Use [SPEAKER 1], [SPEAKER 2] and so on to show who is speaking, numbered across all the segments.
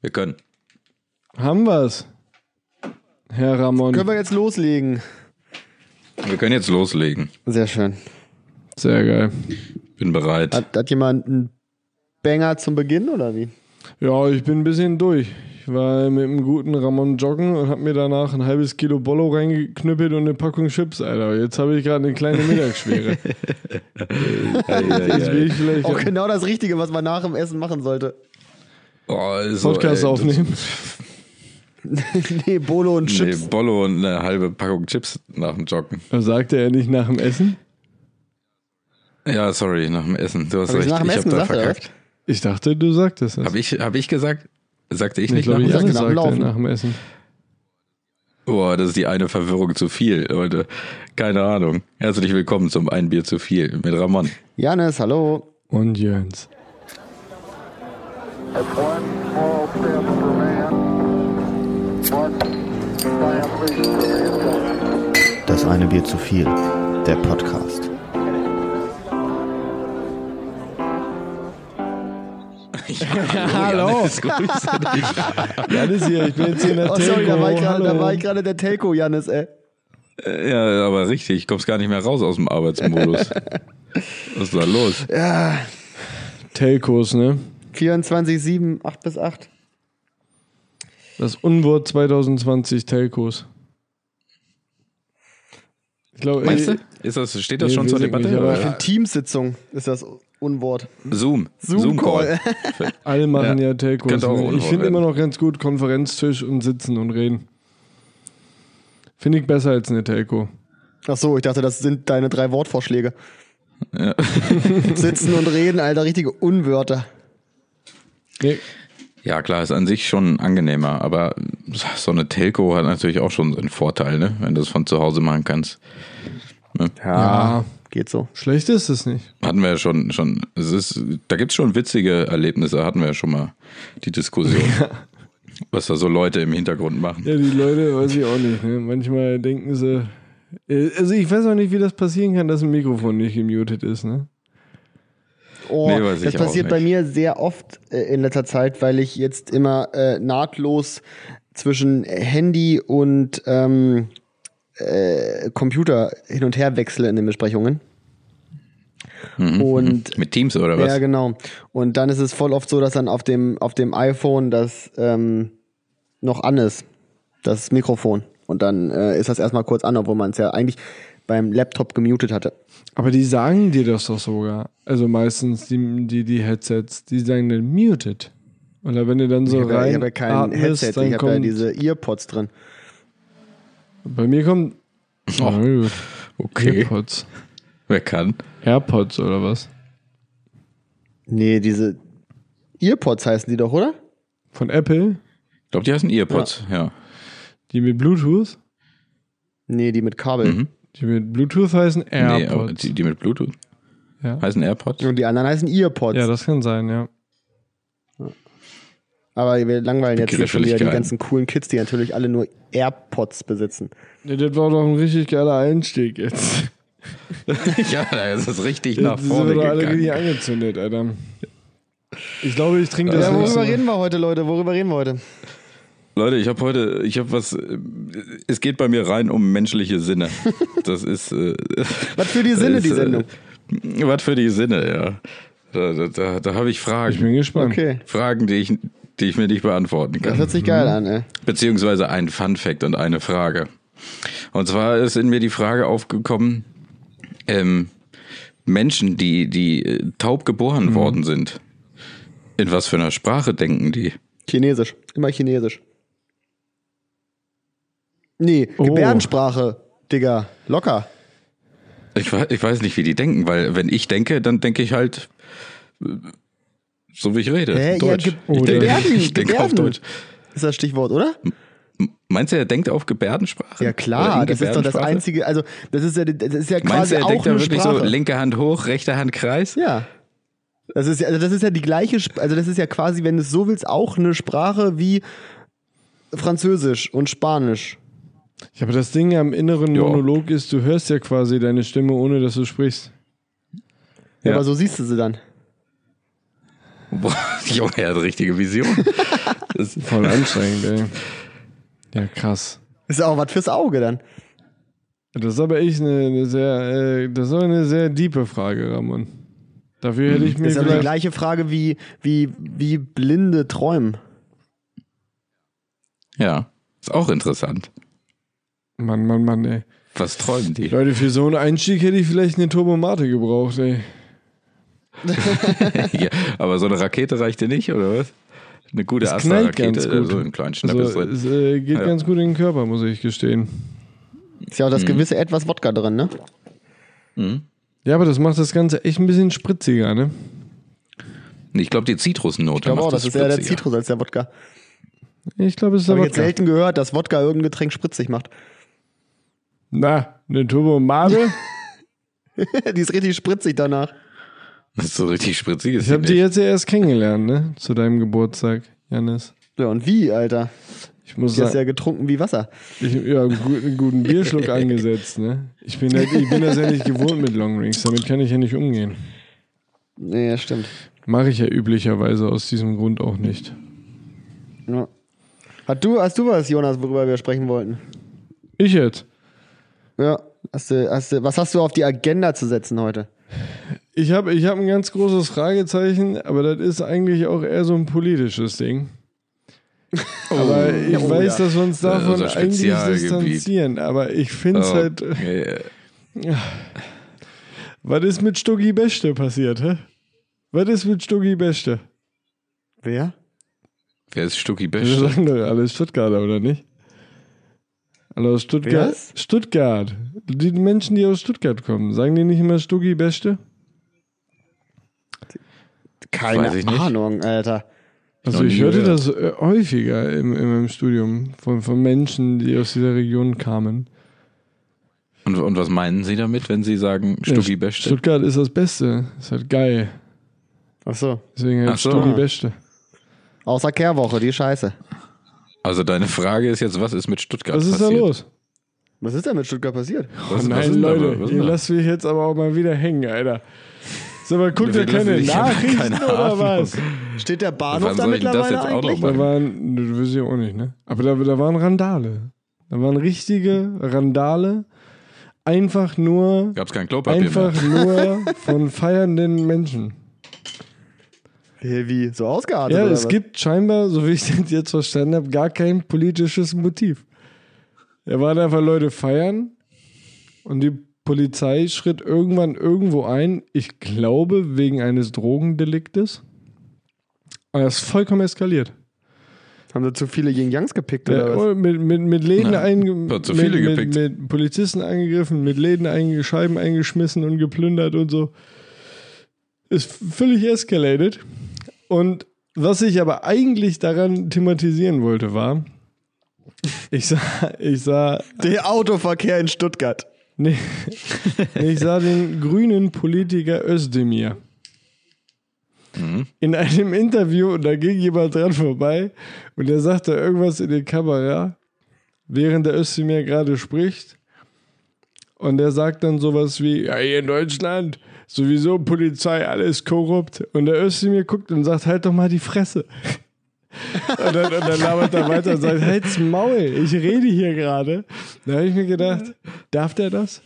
[SPEAKER 1] Wir können.
[SPEAKER 2] Haben wir's, Herr Ramon.
[SPEAKER 3] Können wir jetzt loslegen?
[SPEAKER 1] Wir können jetzt loslegen.
[SPEAKER 3] Sehr schön.
[SPEAKER 2] Sehr geil.
[SPEAKER 1] Bin bereit.
[SPEAKER 3] Hat, hat jemand einen Banger zum Beginn oder wie?
[SPEAKER 2] Ja, ich bin ein bisschen durch. Ich war mit einem guten Ramon joggen und hab mir danach ein halbes Kilo Bollo reingeknüppelt und eine Packung Chips, Alter. Jetzt habe ich gerade eine kleine Mittagsschwere. Jetzt will ich vielleicht
[SPEAKER 3] Auch genau das Richtige, was man nach dem Essen machen sollte.
[SPEAKER 1] Oh, also,
[SPEAKER 2] Podcast
[SPEAKER 1] ey,
[SPEAKER 2] aufnehmen.
[SPEAKER 3] nee, Bolo und
[SPEAKER 1] das-
[SPEAKER 3] Chips.
[SPEAKER 1] Nee, Bollo und eine halbe Packung Chips nach dem Joggen.
[SPEAKER 2] Sagte er nicht nach dem Essen?
[SPEAKER 1] Ja, sorry, nach dem Essen. Du hast
[SPEAKER 3] Hab ich's
[SPEAKER 1] recht.
[SPEAKER 3] nach dem
[SPEAKER 1] ich
[SPEAKER 3] Essen
[SPEAKER 1] hab da
[SPEAKER 3] gesagt, oder
[SPEAKER 1] verkackt.
[SPEAKER 2] Ich dachte, du sagtest das.
[SPEAKER 1] Hab ich, hab ich gesagt? Sagte ich
[SPEAKER 2] ich
[SPEAKER 1] nicht?
[SPEAKER 2] glaube,
[SPEAKER 1] nach dem
[SPEAKER 2] ja,
[SPEAKER 3] Essen?
[SPEAKER 2] sagte
[SPEAKER 1] Essen?
[SPEAKER 3] Nach dem Laufen.
[SPEAKER 2] nach dem Essen.
[SPEAKER 1] Boah, das ist die eine Verwirrung zu viel, Leute. Keine Ahnung. Herzlich willkommen zum Ein Bier zu viel mit Ramon.
[SPEAKER 3] Janis, hallo.
[SPEAKER 2] Und Jöns.
[SPEAKER 4] That's one small step for man, one giant leap for mankind.
[SPEAKER 5] Das eine Bier zu viel. Der Podcast.
[SPEAKER 3] Oh,
[SPEAKER 2] Hallo.
[SPEAKER 1] Janis, Grüße dich.
[SPEAKER 2] Janis hier, ich bin jetzt hier in der
[SPEAKER 3] Oh, sorry, da
[SPEAKER 2] Telco.
[SPEAKER 3] war ich gerade- da
[SPEAKER 2] Hallo.
[SPEAKER 3] war ich gerade der Telco, Janis, ey.
[SPEAKER 1] Äh, Ja, aber richtig, kommst gar nicht mehr raus aus dem Arbeitsmodus. Was ist da los?
[SPEAKER 2] Telcos, ne?
[SPEAKER 3] 24, 7, 8 bis 8.
[SPEAKER 2] Das Unwort 2020 Telcos. Ich eh, glaube,
[SPEAKER 1] Meinst
[SPEAKER 2] ey,
[SPEAKER 1] du? Ist das, steht das
[SPEAKER 2] Nee,
[SPEAKER 1] schon zur
[SPEAKER 2] weiß ich
[SPEAKER 1] Debatte?
[SPEAKER 2] nicht, aber-
[SPEAKER 1] oder?
[SPEAKER 3] Teamsitzung ist das Unwort.
[SPEAKER 1] Zoom.
[SPEAKER 3] Zoom-Call.
[SPEAKER 1] Zoom-Call.
[SPEAKER 2] alle machen
[SPEAKER 1] Ja.
[SPEAKER 2] ja, Telcos.
[SPEAKER 1] Könnte auch
[SPEAKER 2] Ne?
[SPEAKER 1] Unwort
[SPEAKER 2] Ich finde
[SPEAKER 1] werden.
[SPEAKER 2] immer noch ganz gut Konferenztisch und sitzen und reden. Finde ich besser als eine Telco.
[SPEAKER 3] Ach so, ich dachte, das sind deine drei Wortvorschläge. Sitzen und reden, alter, richtige Unwörter.
[SPEAKER 2] Nee,
[SPEAKER 1] Ja, klar, ist an sich schon angenehmer, aber so eine Telco hat natürlich auch schon seinen Vorteil, ne? wenn du es von zu Hause machen kannst.
[SPEAKER 2] ja,
[SPEAKER 3] Geht so.
[SPEAKER 2] schlecht ist es nicht.
[SPEAKER 1] Hatten wir ja schon, schon es ist, da gibt's schon witzige Erlebnisse, hatten wir ja schon mal die Diskussion. Was da so Leute im Hintergrund machen.
[SPEAKER 2] Ja, die Leute weiß ich auch nicht. Ne? Manchmal denken sie. äh, Also ich weiß auch nicht, wie das passieren kann, dass ein Mikrofon nicht gemutet ist. Ne?
[SPEAKER 3] Oh,
[SPEAKER 1] Nee, weiß
[SPEAKER 3] das
[SPEAKER 1] ich auch
[SPEAKER 3] passiert
[SPEAKER 1] nicht.
[SPEAKER 3] bei mir sehr oft äh, in letzter Zeit, weil ich jetzt immer äh, nahtlos zwischen Handy und ähm, äh, Computer hin und her wechsle in den Besprechungen. Und
[SPEAKER 1] Mit Teams oder Mhm. was?
[SPEAKER 3] ja, genau. Und dann ist es voll oft so, dass dann auf dem, auf dem iPhone das ähm, noch an ist, das Mikrofon. Und dann äh, ist das erstmal kurz an, obwohl man es ja eigentlich beim Laptop gemutet hatte.
[SPEAKER 2] Aber die sagen dir das doch sogar. Also meistens die, die, die Headsets, die sagen dann muted. Und wenn du dann so
[SPEAKER 3] ich habe ja,
[SPEAKER 2] rein
[SPEAKER 3] ich hab ja kein
[SPEAKER 2] atmest,
[SPEAKER 3] Headset,
[SPEAKER 2] dann
[SPEAKER 3] ich habe ja
[SPEAKER 2] kommt-
[SPEAKER 3] diese Earpods drin.
[SPEAKER 2] Bei mir kommt
[SPEAKER 1] Oh,
[SPEAKER 2] Na gut.
[SPEAKER 1] okay,
[SPEAKER 2] AirPods.
[SPEAKER 1] wer kann?
[SPEAKER 2] AirPods oder was?
[SPEAKER 3] Nee, diese Earpods heißen die doch, oder?
[SPEAKER 2] Von Apple,
[SPEAKER 1] Ich glaube, die heißen Earpods, ja.
[SPEAKER 2] die mit Bluetooth.
[SPEAKER 3] Nee, die mit Kabel.
[SPEAKER 1] Mhm.
[SPEAKER 2] Die mit Bluetooth heißen
[SPEAKER 1] Nee, aber
[SPEAKER 2] AirPods.
[SPEAKER 1] die, die mit Bluetooth
[SPEAKER 2] ja.
[SPEAKER 1] heißen AirPods.
[SPEAKER 3] Und die anderen heißen Earpods.
[SPEAKER 2] ja, das kann sein, ja.
[SPEAKER 3] Aber wir langweilen jetzt hier schon wieder die
[SPEAKER 1] Begrifflichkeiten.
[SPEAKER 3] ganzen coolen Kids, die natürlich alle nur Airpods besitzen.
[SPEAKER 2] Nee, das war doch ein richtig geiler Einstieg jetzt.
[SPEAKER 1] ja, das ist richtig nach
[SPEAKER 2] Jetzt sind
[SPEAKER 1] vorne
[SPEAKER 2] wir doch alle
[SPEAKER 1] gegangen.
[SPEAKER 2] richtig angezündet, Alter. Ich glaube, ich trinke das
[SPEAKER 3] Ja,
[SPEAKER 2] nächste
[SPEAKER 3] worüber
[SPEAKER 2] Mal.
[SPEAKER 3] reden wir heute, Leute? Worüber reden wir heute?
[SPEAKER 1] Leute, ich habe heute, ich habe was, äh, es geht bei mir rein um menschliche Sinne. Das ist. Äh,
[SPEAKER 3] Was für die Sinne,
[SPEAKER 1] ist,
[SPEAKER 3] die Sendung.
[SPEAKER 1] Äh, was für die Sinne, ja. Da, da, da, da habe ich Fragen.
[SPEAKER 2] Ich bin gespannt.
[SPEAKER 3] Okay.
[SPEAKER 1] Fragen, die ich, die ich mir nicht beantworten
[SPEAKER 3] Das
[SPEAKER 1] kann.
[SPEAKER 3] hört sich geil
[SPEAKER 2] Mhm.
[SPEAKER 3] an, ey.
[SPEAKER 1] Beziehungsweise ein Fun Fact und eine Frage. Und zwar ist in mir die Frage aufgekommen, ähm, Menschen, die, die äh, taub geboren
[SPEAKER 3] Mhm.
[SPEAKER 1] worden sind, in was für einer Sprache denken die?
[SPEAKER 3] Chinesisch. Immer Chinesisch. Nee,
[SPEAKER 2] Oh.
[SPEAKER 3] Gebärdensprache, Digga. Locker.
[SPEAKER 1] Ich, wei- ich weiß nicht, wie die denken, weil wenn ich denke, dann denke ich halt äh, so wie ich rede.
[SPEAKER 3] Hä? Ja,
[SPEAKER 1] Deutsch.
[SPEAKER 3] Ge-
[SPEAKER 2] Oh,
[SPEAKER 1] ich denke,
[SPEAKER 3] Gebärden-
[SPEAKER 1] ich denke auf
[SPEAKER 3] Gebärden.
[SPEAKER 1] Deutsch.
[SPEAKER 3] Ist das Stichwort, oder?
[SPEAKER 1] Meinst du, er denkt auf Gebärdensprache?
[SPEAKER 3] Ja
[SPEAKER 1] Oder
[SPEAKER 3] klar,
[SPEAKER 1] in
[SPEAKER 3] das ist doch das
[SPEAKER 1] Gebärdensprache?
[SPEAKER 3] einzige, also das ist ja, das ist ja
[SPEAKER 1] Meinst
[SPEAKER 3] quasi
[SPEAKER 1] du, er
[SPEAKER 3] auch
[SPEAKER 1] denkt da
[SPEAKER 3] eine
[SPEAKER 1] wirklich
[SPEAKER 3] Sprache.
[SPEAKER 1] so linke Hand hoch, rechte Hand Kreis?
[SPEAKER 3] ja. Das ist ja, also das ist ja die gleiche, Sp- also das ist ja quasi, wenn du es so willst, auch eine Sprache wie Französisch und Spanisch.
[SPEAKER 2] Ja, aber das Ding am inneren
[SPEAKER 1] Ja.
[SPEAKER 2] Monolog ist, du hörst ja quasi deine Stimme, ohne dass du sprichst.
[SPEAKER 3] Ja.
[SPEAKER 1] Ja.
[SPEAKER 3] Aber so siehst du sie dann.
[SPEAKER 1] Boah, Junge, er hat richtige Vision. Das,
[SPEAKER 2] Voll anstrengend, ey. Ja, krass.
[SPEAKER 3] Ist auch was fürs Auge dann.
[SPEAKER 2] Das ist aber echt eine, eine sehr, äh, das ist aber eine sehr diepe Frage, Ramon. Dafür hätte
[SPEAKER 1] Mhm.
[SPEAKER 2] ich mir
[SPEAKER 3] Ist aber die
[SPEAKER 2] vielleicht-
[SPEAKER 3] gleiche Frage wie, wie, wie blinde träumen.
[SPEAKER 1] ja, ist auch interessant.
[SPEAKER 2] Mann, Mann, Mann, ey.
[SPEAKER 1] Was träumen die?
[SPEAKER 2] Leute, für so einen Einstieg hätte ich vielleicht eine Turbomate gebraucht, ey.
[SPEAKER 1] ja, aber so eine Rakete reicht dir nicht, oder was? Eine gute
[SPEAKER 2] Das knallt
[SPEAKER 1] Asta-Rakete,
[SPEAKER 2] ganz gut.
[SPEAKER 1] äh, so ein kleinen Schnapp ist
[SPEAKER 2] Also,
[SPEAKER 1] drin.
[SPEAKER 2] es äh, geht
[SPEAKER 1] Ja.
[SPEAKER 2] ganz gut in den Körper, muss ich gestehen.
[SPEAKER 3] Ist ja auch das
[SPEAKER 1] Hm.
[SPEAKER 3] gewisse etwas Wodka drin, ne?
[SPEAKER 2] Ja, aber das macht das Ganze echt ein bisschen spritziger, ne?
[SPEAKER 1] Ich glaube, die Zitrusnote
[SPEAKER 3] Ich glaube
[SPEAKER 1] macht
[SPEAKER 3] auch, das ist eher der
[SPEAKER 1] spritziger.
[SPEAKER 3] Zitrus als der Wodka.
[SPEAKER 2] Ich glaube, es ist
[SPEAKER 3] Habe
[SPEAKER 2] aber
[SPEAKER 3] ich jetzt selten gehört, dass Wodka irgendein Getränk spritzig macht.
[SPEAKER 2] Na, eine Turbomate?
[SPEAKER 3] die ist richtig spritzig danach.
[SPEAKER 1] Das ist so richtig spritzig. Ist
[SPEAKER 2] Ich habe
[SPEAKER 1] die
[SPEAKER 2] die
[SPEAKER 1] nicht.
[SPEAKER 2] jetzt ja erst kennengelernt, ne? Zu deinem Geburtstag, Janis.
[SPEAKER 3] Ja, und wie, Alter?
[SPEAKER 2] Ich muss
[SPEAKER 3] Die ist
[SPEAKER 2] sagen,
[SPEAKER 3] ja getrunken wie Wasser.
[SPEAKER 2] ich ja, einen guten, guten Bierschluck angesetzt, ne? Ich bin, halt, ich bin das ja nicht gewohnt mit Long Rings, damit kann ich ja nicht umgehen.
[SPEAKER 3] Nee, ja, stimmt.
[SPEAKER 2] Mache ich ja üblicherweise aus diesem Grund auch nicht.
[SPEAKER 3] Ja. Hat du, hast du was, Jonas, worüber wir sprechen wollten?
[SPEAKER 2] Ich jetzt.
[SPEAKER 3] Ja. Hast du, hast du, was hast du auf die Agenda zu setzen heute?
[SPEAKER 2] Ich habe ich hab ein ganz großes Fragezeichen, aber das ist eigentlich auch eher so ein politisches Ding. Aber ich
[SPEAKER 3] Oh,
[SPEAKER 2] weiß,
[SPEAKER 3] ja.
[SPEAKER 2] dass wir uns davon
[SPEAKER 1] Also
[SPEAKER 2] eigentlich
[SPEAKER 1] Spezialgebiet.
[SPEAKER 2] distanzieren, aber ich finde es
[SPEAKER 1] Oh,
[SPEAKER 2] halt.
[SPEAKER 1] äh,
[SPEAKER 2] Was ist mit Stuggi Beste passiert, hä? Was ist mit Stuggi Beste?
[SPEAKER 3] Wer?
[SPEAKER 1] Wer ist Stucki
[SPEAKER 2] Wir
[SPEAKER 1] Beste?
[SPEAKER 2] sagen doch alle Stuttgarter, oder nicht? Alle aus Stuttgart.
[SPEAKER 3] Was?
[SPEAKER 2] Stuttgart. Die Menschen, die aus Stuttgart kommen, sagen die nicht immer Stuggi Beste?
[SPEAKER 3] Keine
[SPEAKER 1] Weiß ich nicht.
[SPEAKER 3] Ahnung, Alter.
[SPEAKER 2] Also
[SPEAKER 1] Noch nie
[SPEAKER 2] ich hörte
[SPEAKER 1] gehört.
[SPEAKER 2] das äh, häufiger im, in meinem Studium von, von Menschen, die aus dieser Region kamen.
[SPEAKER 1] Und, und was meinen Sie damit, wenn Sie sagen Stucki
[SPEAKER 2] Ja,
[SPEAKER 1] Beste?
[SPEAKER 2] Stuttgart ist das Beste. Ist halt geil.
[SPEAKER 3] Ach so.
[SPEAKER 2] Deswegen halt
[SPEAKER 1] Ach so.
[SPEAKER 2] Stuggi Beste.
[SPEAKER 3] Außer Kehrwoche, die Scheiße.
[SPEAKER 1] also deine Frage ist jetzt, was ist mit Stuttgart
[SPEAKER 2] Was ist da
[SPEAKER 1] passiert?
[SPEAKER 2] los?
[SPEAKER 3] Was ist denn mit Stuttgart passiert?
[SPEAKER 1] Was, was
[SPEAKER 2] Nein,
[SPEAKER 1] ist da-
[SPEAKER 2] Leute,
[SPEAKER 1] was ist
[SPEAKER 2] ihr
[SPEAKER 1] da?
[SPEAKER 2] lasst mich jetzt aber auch mal wieder hängen, Alter. Sag mal, guckt
[SPEAKER 1] Wir
[SPEAKER 2] ihr
[SPEAKER 1] lassen
[SPEAKER 2] keine
[SPEAKER 1] dich aber
[SPEAKER 2] Nachrichten
[SPEAKER 1] keine
[SPEAKER 2] oder
[SPEAKER 1] Ahnung. Oh
[SPEAKER 2] was?
[SPEAKER 3] Steht der Bahnhof
[SPEAKER 1] Wann
[SPEAKER 3] da
[SPEAKER 1] soll ich denn das
[SPEAKER 3] mittlerweile
[SPEAKER 1] jetzt auch noch
[SPEAKER 3] eigentlich?
[SPEAKER 1] mal-
[SPEAKER 2] Da waren, du wirst ja auch nicht, ne? Aber da, da waren Randale. Da waren richtige Randale. Einfach nur,
[SPEAKER 1] Gab's kein Klopapier
[SPEAKER 2] einfach nur von feiernden Menschen.
[SPEAKER 3] Hä, Wie, so ausgeartet
[SPEAKER 2] Ja,
[SPEAKER 3] oder
[SPEAKER 2] es
[SPEAKER 3] was?
[SPEAKER 2] gibt scheinbar, so wie ich das jetzt verstanden habe, gar kein politisches Motiv. Er war einfach Leute feiern und die Polizei schritt irgendwann irgendwo ein, ich glaube wegen eines Drogendeliktes. Und das ist vollkommen eskaliert.
[SPEAKER 3] Haben da zu viele Yin-Yangs gepickt
[SPEAKER 1] Genau,
[SPEAKER 3] oder
[SPEAKER 2] Ja,
[SPEAKER 3] was?
[SPEAKER 2] oh, mit, mit, mit Läden
[SPEAKER 1] Na,
[SPEAKER 2] einge-
[SPEAKER 1] hat zu
[SPEAKER 2] mit,
[SPEAKER 1] viele
[SPEAKER 2] mit,
[SPEAKER 1] gepickt.
[SPEAKER 2] mit Polizisten angegriffen, mit Läden einge Scheiben eingeschmissen und geplündert und so. Ist völlig escalated. Und was ich aber eigentlich daran thematisieren wollte, war, ich sah, ich sah
[SPEAKER 3] Der Autoverkehr in Stuttgart.
[SPEAKER 2] Nee. Nee, ich sah den grünen Politiker Özdemir. In einem Interview und da ging jemand dran vorbei und der sagte irgendwas in die Kamera, während der Özdemir gerade spricht. Und der sagt dann sowas wie: Ja, hier in Deutschland sowieso Polizei, alles korrupt. Und der Özdemir guckt und sagt: Halt doch mal die Fresse. Und dann, und dann labert er weiter und sagt, halt's Maul, ich rede hier gerade. Da habe ich mir gedacht, darf der das?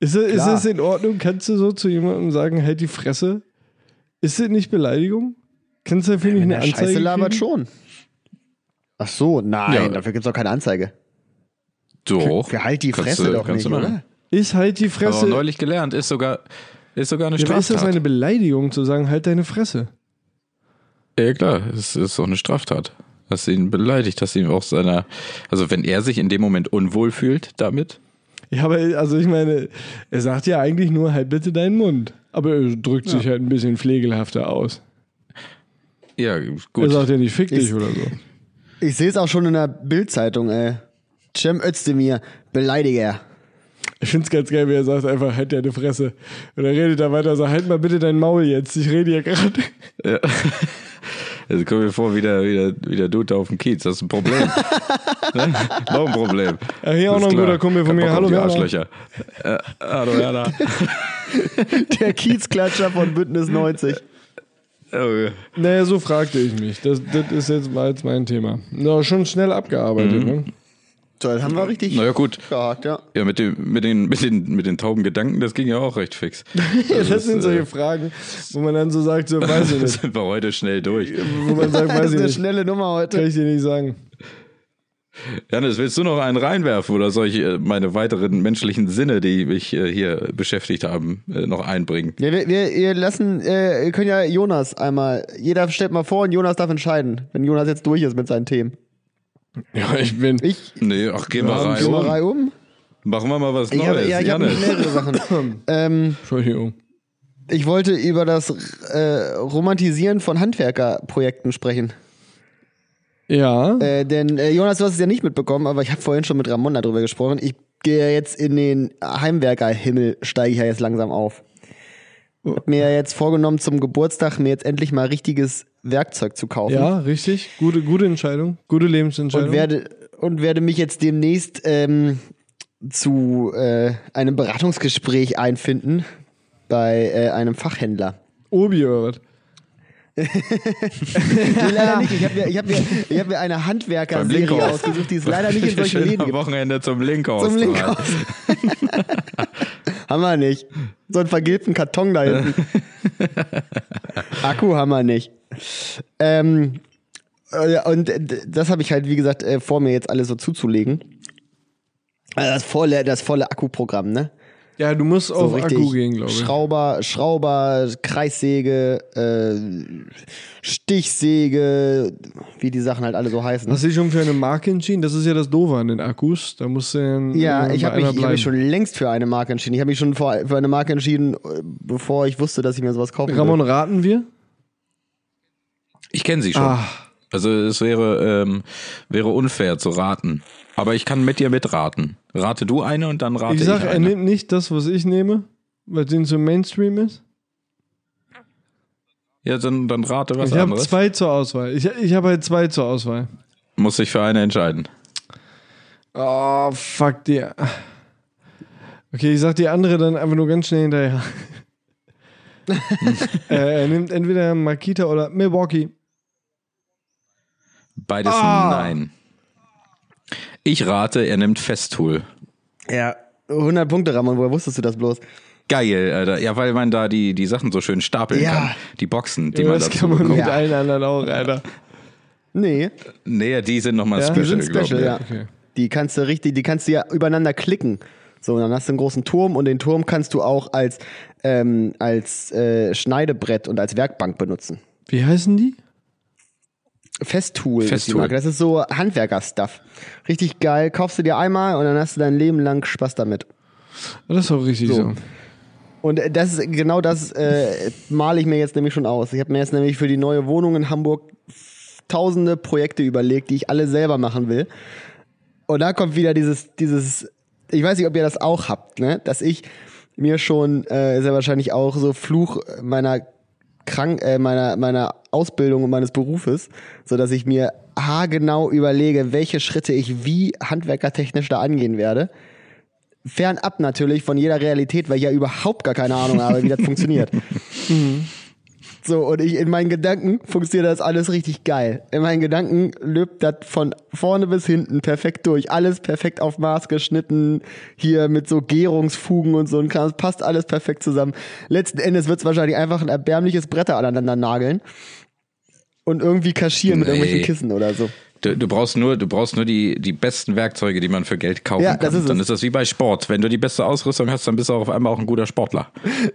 [SPEAKER 2] Ist es, ist
[SPEAKER 3] Klar.
[SPEAKER 2] es in Ordnung? Kannst du so zu jemandem sagen, halt die Fresse? Ist das nicht Beleidigung? Kannst du dafür nicht eine
[SPEAKER 3] Ja,
[SPEAKER 2] Anzeige
[SPEAKER 3] Scheiße labert
[SPEAKER 2] kriegen?
[SPEAKER 3] schon. Ach so, nein,
[SPEAKER 1] Ja.
[SPEAKER 3] dafür gibt's doch keine Anzeige.
[SPEAKER 1] Doch.
[SPEAKER 3] Für halt die
[SPEAKER 1] Kannst
[SPEAKER 3] Fresse
[SPEAKER 1] du-
[SPEAKER 3] doch
[SPEAKER 1] kannst
[SPEAKER 3] nicht,
[SPEAKER 1] du machen.
[SPEAKER 3] oder?
[SPEAKER 2] Ist halt die
[SPEAKER 1] Habe auch
[SPEAKER 2] Fresse.
[SPEAKER 1] neulich gelernt, ist sogar, ist sogar eine
[SPEAKER 2] Ja, aber ist das
[SPEAKER 1] Straftat.
[SPEAKER 2] eine Beleidigung zu sagen, halt deine Fresse?
[SPEAKER 1] Ja klar, es ist auch eine Straftat. Dass sie ihn beleidigt, dass sie ihm auch seiner, also wenn er sich in dem Moment unwohl fühlt damit,
[SPEAKER 2] Ja, aber also ich meine, er sagt ja eigentlich nur, halt bitte deinen Mund. Aber er drückt sich halt ein bisschen pflegelhafter aus.
[SPEAKER 1] ja
[SPEAKER 2] Er
[SPEAKER 1] gut.
[SPEAKER 2] sagt ja nicht, fick dich
[SPEAKER 3] Ist-
[SPEAKER 2] oder so.
[SPEAKER 3] Ich sehe es auch schon in der Bildzeitung, ey. Cem Özdemir, Beleidiger.
[SPEAKER 2] Ich find's ganz geil, wie er sagt einfach, halt deine Fresse. Und er redet da weiter, sagt, halt mal bitte dein Maul jetzt, ich rede hier gerade.
[SPEAKER 1] Also kommen wir vor, wieder, wieder, wieder Dude auf dem Kiez, das ist ein Problem. ne? Noch ein Problem.
[SPEAKER 2] Ach,
[SPEAKER 1] Das
[SPEAKER 2] hier auch
[SPEAKER 1] ist
[SPEAKER 2] noch ein
[SPEAKER 1] klar.
[SPEAKER 2] guter Kumpel von
[SPEAKER 1] Kein
[SPEAKER 2] mir.
[SPEAKER 1] Bock auf
[SPEAKER 2] Hallo,
[SPEAKER 1] die
[SPEAKER 2] Werner.
[SPEAKER 1] Arschlöcher. Äh, hallo, Werner.
[SPEAKER 3] Der Kiezklatscher von Bündnis 90.
[SPEAKER 1] Oh,
[SPEAKER 2] Naja, so fragte ich mich. Das, das ist jetzt mal jetzt mein Thema. Na, schon schnell abgearbeitet, ne?
[SPEAKER 3] So, das haben wir richtig
[SPEAKER 1] Naja, gut.
[SPEAKER 3] gehakt, ja.
[SPEAKER 1] Ja, mit, dem, mit, den, mit, den, mit den tauben Gedanken, das ging ja auch recht fix.
[SPEAKER 2] Ja, das sind solche Fragen, wo man dann so sagt, so, weiß ich
[SPEAKER 1] Da
[SPEAKER 2] nicht.
[SPEAKER 1] sind wir heute schnell durch.
[SPEAKER 2] Wo man sagt,
[SPEAKER 3] Das
[SPEAKER 2] weiß
[SPEAKER 3] ist
[SPEAKER 2] ich
[SPEAKER 3] eine
[SPEAKER 2] nicht.
[SPEAKER 3] schnelle Nummer
[SPEAKER 2] Kann
[SPEAKER 3] heute.
[SPEAKER 2] ich dir nicht sagen.
[SPEAKER 1] Janis, willst du noch einen reinwerfen oder soll ich äh, meine weiteren menschlichen Sinne, die mich äh, hier beschäftigt haben, äh, noch einbringen?
[SPEAKER 3] Ja, wir, wir, wir lassen, äh, wir können ja Jonas einmal, jeder stellt mal vor und Jonas darf entscheiden, wenn Jonas jetzt durch ist mit seinen Themen.
[SPEAKER 2] Ja, ich bin.
[SPEAKER 3] Ich
[SPEAKER 1] Nee, ach, geh mal rein.
[SPEAKER 3] gehe mal rein um.
[SPEAKER 1] Machen wir mal was
[SPEAKER 3] Ich habe
[SPEAKER 1] Neues.
[SPEAKER 3] ja, ich hab
[SPEAKER 1] Janis.
[SPEAKER 3] mehrere Sachen. ähm,
[SPEAKER 2] Entschuldigung.
[SPEAKER 3] ich wollte über das äh, Romantisieren von Handwerkerprojekten sprechen.
[SPEAKER 2] Ja.
[SPEAKER 3] Äh, denn äh, Jonas, du hast es ja nicht mitbekommen, aber ich habe vorhin schon mit Ramon darüber gesprochen. Ich gehe ja jetzt in den Heimwerkerhimmel, steige ich ja jetzt langsam auf. Hab mir ja jetzt vorgenommen, zum Geburtstag mir jetzt endlich mal richtiges Werkzeug zu kaufen.
[SPEAKER 2] Ja, richtig. Gute, gute Entscheidung. Gute Lebensentscheidung.
[SPEAKER 3] und werde und werde mich jetzt demnächst ähm, zu äh, einem Beratungsgespräch einfinden bei äh, einem Fachhändler.
[SPEAKER 2] Obi oder was?
[SPEAKER 3] Nee, leider nicht. Ich habe mir, ich hab mir, ich hab mir eine Handwerker-Serie
[SPEAKER 1] Blinkhaus.
[SPEAKER 3] ausgesucht, die es leider nicht in solchen
[SPEAKER 1] Schön
[SPEAKER 3] Läden
[SPEAKER 1] am
[SPEAKER 3] gibt.
[SPEAKER 1] Wochenende zum Linkhaus.
[SPEAKER 3] Zum
[SPEAKER 1] zu
[SPEAKER 3] Link
[SPEAKER 1] rein.
[SPEAKER 3] aus. haben wir nicht. So einen vergilbten Karton da hinten. Akku haben wir nicht. Ähm, äh, und äh, d- das habe ich halt, wie gesagt, äh, vor mir jetzt alles so zuzulegen. Also das volle, das volle Akkuprogramm, ne?
[SPEAKER 2] Ja, du musst
[SPEAKER 3] So
[SPEAKER 2] auf Akku gehen, glaube ich.
[SPEAKER 3] Schrauber, Schrauber, Kreissäge, äh, Stichsäge, wie die Sachen halt alle so heißen.
[SPEAKER 2] Hast du dich schon für eine Marke entschieden? Das ist ja das Doofe an den Akkus. Da musst du
[SPEAKER 3] Ja, ich habe mich, ich hab
[SPEAKER 2] habe
[SPEAKER 3] mich schon längst für eine Marke entschieden. Ich habe mich schon vor, für eine Marke entschieden, äh, bevor ich wusste, dass ich mir sowas kaufen
[SPEAKER 2] Ramon,
[SPEAKER 3] will.
[SPEAKER 2] raten wir?
[SPEAKER 1] Ich kenne sie schon.
[SPEAKER 2] Ah.
[SPEAKER 1] Also es wäre, ähm, wäre unfair zu raten. Aber ich kann mit dir mitraten. Rate du eine und dann rate ich,
[SPEAKER 2] Ich äh, sage, er
[SPEAKER 1] eine.
[SPEAKER 2] nimmt nicht das, was ich nehme, weil den so Mainstream ist.
[SPEAKER 1] Ja, dann, dann rate was
[SPEAKER 2] ich habe
[SPEAKER 1] anderes.
[SPEAKER 2] zwei zur Auswahl. Ich, ich habe halt zwei zur Auswahl.
[SPEAKER 1] Muss ich für eine entscheiden.
[SPEAKER 2] Oh, fuck dir. Okay, ich sag die andere dann einfach nur ganz schnell hinterher. äh, er nimmt entweder Makita oder Milwaukee.
[SPEAKER 1] Beides nein. Ich rate, er nimmt Festool.
[SPEAKER 3] Ja, 100 Punkte, Ramon, woher wusstest du das bloß?
[SPEAKER 1] Geil, Alter. Ja, weil man da die, die Sachen so schön stapeln
[SPEAKER 3] Ja.
[SPEAKER 1] kann. Die Boxen, die
[SPEAKER 2] Ja,
[SPEAKER 1] man
[SPEAKER 2] das
[SPEAKER 1] dazu
[SPEAKER 2] kann man
[SPEAKER 1] bekommt.
[SPEAKER 2] mit
[SPEAKER 3] Ja.
[SPEAKER 2] allen anderen auch, Alter.
[SPEAKER 3] Nee,
[SPEAKER 1] Nee, die sind nochmal
[SPEAKER 2] Ja, die
[SPEAKER 1] special,
[SPEAKER 3] sind
[SPEAKER 1] glaub
[SPEAKER 3] special,
[SPEAKER 1] mir.
[SPEAKER 3] ja.
[SPEAKER 2] Okay.
[SPEAKER 3] Die kannst du richtig, die kannst du ja übereinander klicken. So, und dann hast du einen großen Turm und den Turm kannst du auch als, ähm, als äh, Schneidebrett und als Werkbank benutzen.
[SPEAKER 2] Wie heißen die?
[SPEAKER 3] Festool, ist die
[SPEAKER 1] Festool.
[SPEAKER 3] Marke. Das ist so Handwerker-Stuff. Richtig geil. Kaufst du dir einmal und dann hast du dein Leben lang Spaß damit.
[SPEAKER 2] Das ist auch richtig so.
[SPEAKER 3] Und äh, das ist genau das äh, male ich mir jetzt nämlich schon aus. Ich habe mir jetzt nämlich für die neue Wohnung in Hamburg tausende Projekte überlegt, die ich alle selber machen will. Und da kommt wieder dieses, dieses, ich weiß nicht, ob ihr das auch habt, ne? Dass ich mir schon, äh, ist ja wahrscheinlich auch so Fluch meiner Krank, äh, meiner, meiner Ausbildung und meines Berufes, so dass ich mir haargenau überlege, welche Schritte ich wie handwerkertechnisch da angehen werde fernab natürlich von jeder Realität, weil ich ja überhaupt gar keine Ahnung habe, wie das funktioniert. Mhm. So, und ich in meinen Gedanken funktioniert das alles richtig geil. In meinen Gedanken löbt das von vorne bis hinten perfekt durch. Alles perfekt auf Maß geschnitten, hier mit so Gärungsfugen und so ein Kram. Es passt alles perfekt zusammen. Letzten Endes wird es wahrscheinlich einfach ein erbärmliches Bretter aneinander nageln und irgendwie kaschieren mit
[SPEAKER 1] Nee.
[SPEAKER 3] irgendwelchen Kissen oder so.
[SPEAKER 1] Du, du brauchst nur, du brauchst nur die, die besten Werkzeuge, die man für Geld kaufen
[SPEAKER 3] Ja,
[SPEAKER 1] kann.
[SPEAKER 3] das ist es.
[SPEAKER 1] dann ist das wie bei Sport. Wenn du die beste Ausrüstung hast, dann bist du auch auf einmal auch ein guter Sportler.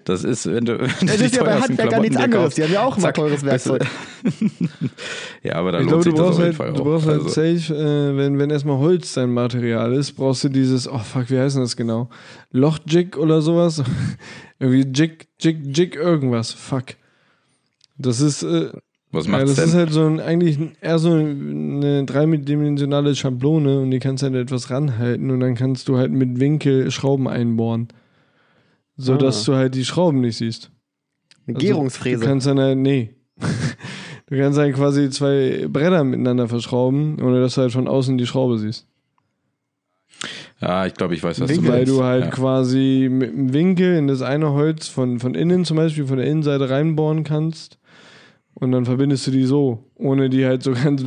[SPEAKER 1] Das ist, wenn du. Wenn
[SPEAKER 3] Das
[SPEAKER 1] du
[SPEAKER 3] ist ja bei Handwerkern nichts anderes. Die haben ja auch immer
[SPEAKER 1] mal
[SPEAKER 3] teures Werkzeug.
[SPEAKER 1] ja, aber da
[SPEAKER 2] Ich
[SPEAKER 1] lohnt
[SPEAKER 2] glaube, du
[SPEAKER 1] sich Also das auf jeden
[SPEAKER 2] brauchst halt,
[SPEAKER 1] Fall
[SPEAKER 2] du
[SPEAKER 1] auch.
[SPEAKER 2] brauchst halt
[SPEAKER 1] Also,
[SPEAKER 2] safe, äh, wenn, wenn erstmal Holz dein Material ist, brauchst du dieses, oh fuck, wie heißt denn das genau? Lochjig oder sowas? Irgendwie Jig, Jig, Jig, irgendwas. Fuck. Das ist, äh,
[SPEAKER 1] was
[SPEAKER 2] ja,
[SPEAKER 1] macht's
[SPEAKER 2] das
[SPEAKER 1] denn?
[SPEAKER 2] ist halt so ein, eigentlich ein- eher so eine dreidimensionale Schablone und die kannst halt etwas ranhalten und dann kannst du halt mit Winkel Schrauben einbohren. So dass
[SPEAKER 1] Ah.
[SPEAKER 2] du halt die Schrauben nicht siehst.
[SPEAKER 3] Eine
[SPEAKER 2] Also,
[SPEAKER 3] Gärungsfräse.
[SPEAKER 2] Du kannst dann halt, nee. Du kannst dann quasi zwei Bretter miteinander verschrauben, ohne dass du halt von außen die Schraube siehst.
[SPEAKER 1] ah, ich glaube, ich weiß, was du
[SPEAKER 2] Weil
[SPEAKER 1] meinst.
[SPEAKER 2] du halt
[SPEAKER 1] ja.
[SPEAKER 2] quasi mit dem Winkel in das eine Holz von, von innen zum Beispiel, von der Innenseite reinbohren kannst Und dann verbindest du die so, ohne die halt so ganz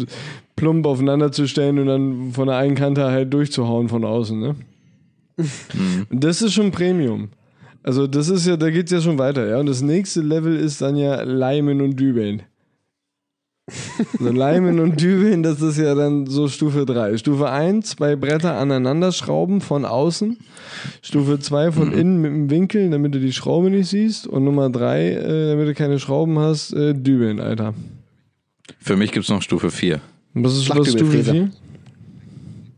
[SPEAKER 2] plump aufeinander zu stellen und dann von der einen Kante halt durchzuhauen von außen. Ne?
[SPEAKER 1] Mhm.
[SPEAKER 2] Und Das ist schon Premium. Also das ist ja, da geht's ja schon weiter, ja. Und das nächste Level ist dann ja Leimen und Dübeln. Also Leimen und Dübeln, das ist ja dann so Stufe 3. Stufe 1, zwei Bretter aneinander schrauben von außen. Stufe 2
[SPEAKER 3] Mhm.
[SPEAKER 2] von innen mit dem Winkel, damit du die Schraube nicht siehst. Und Nummer 3, äh, damit du keine Schrauben hast, äh, Dübeln, Alter.
[SPEAKER 1] Für mich gibt's noch Stufe 4.
[SPEAKER 2] Und Was ist was ist Stufe
[SPEAKER 3] Flachdübelfräse.
[SPEAKER 2] 4?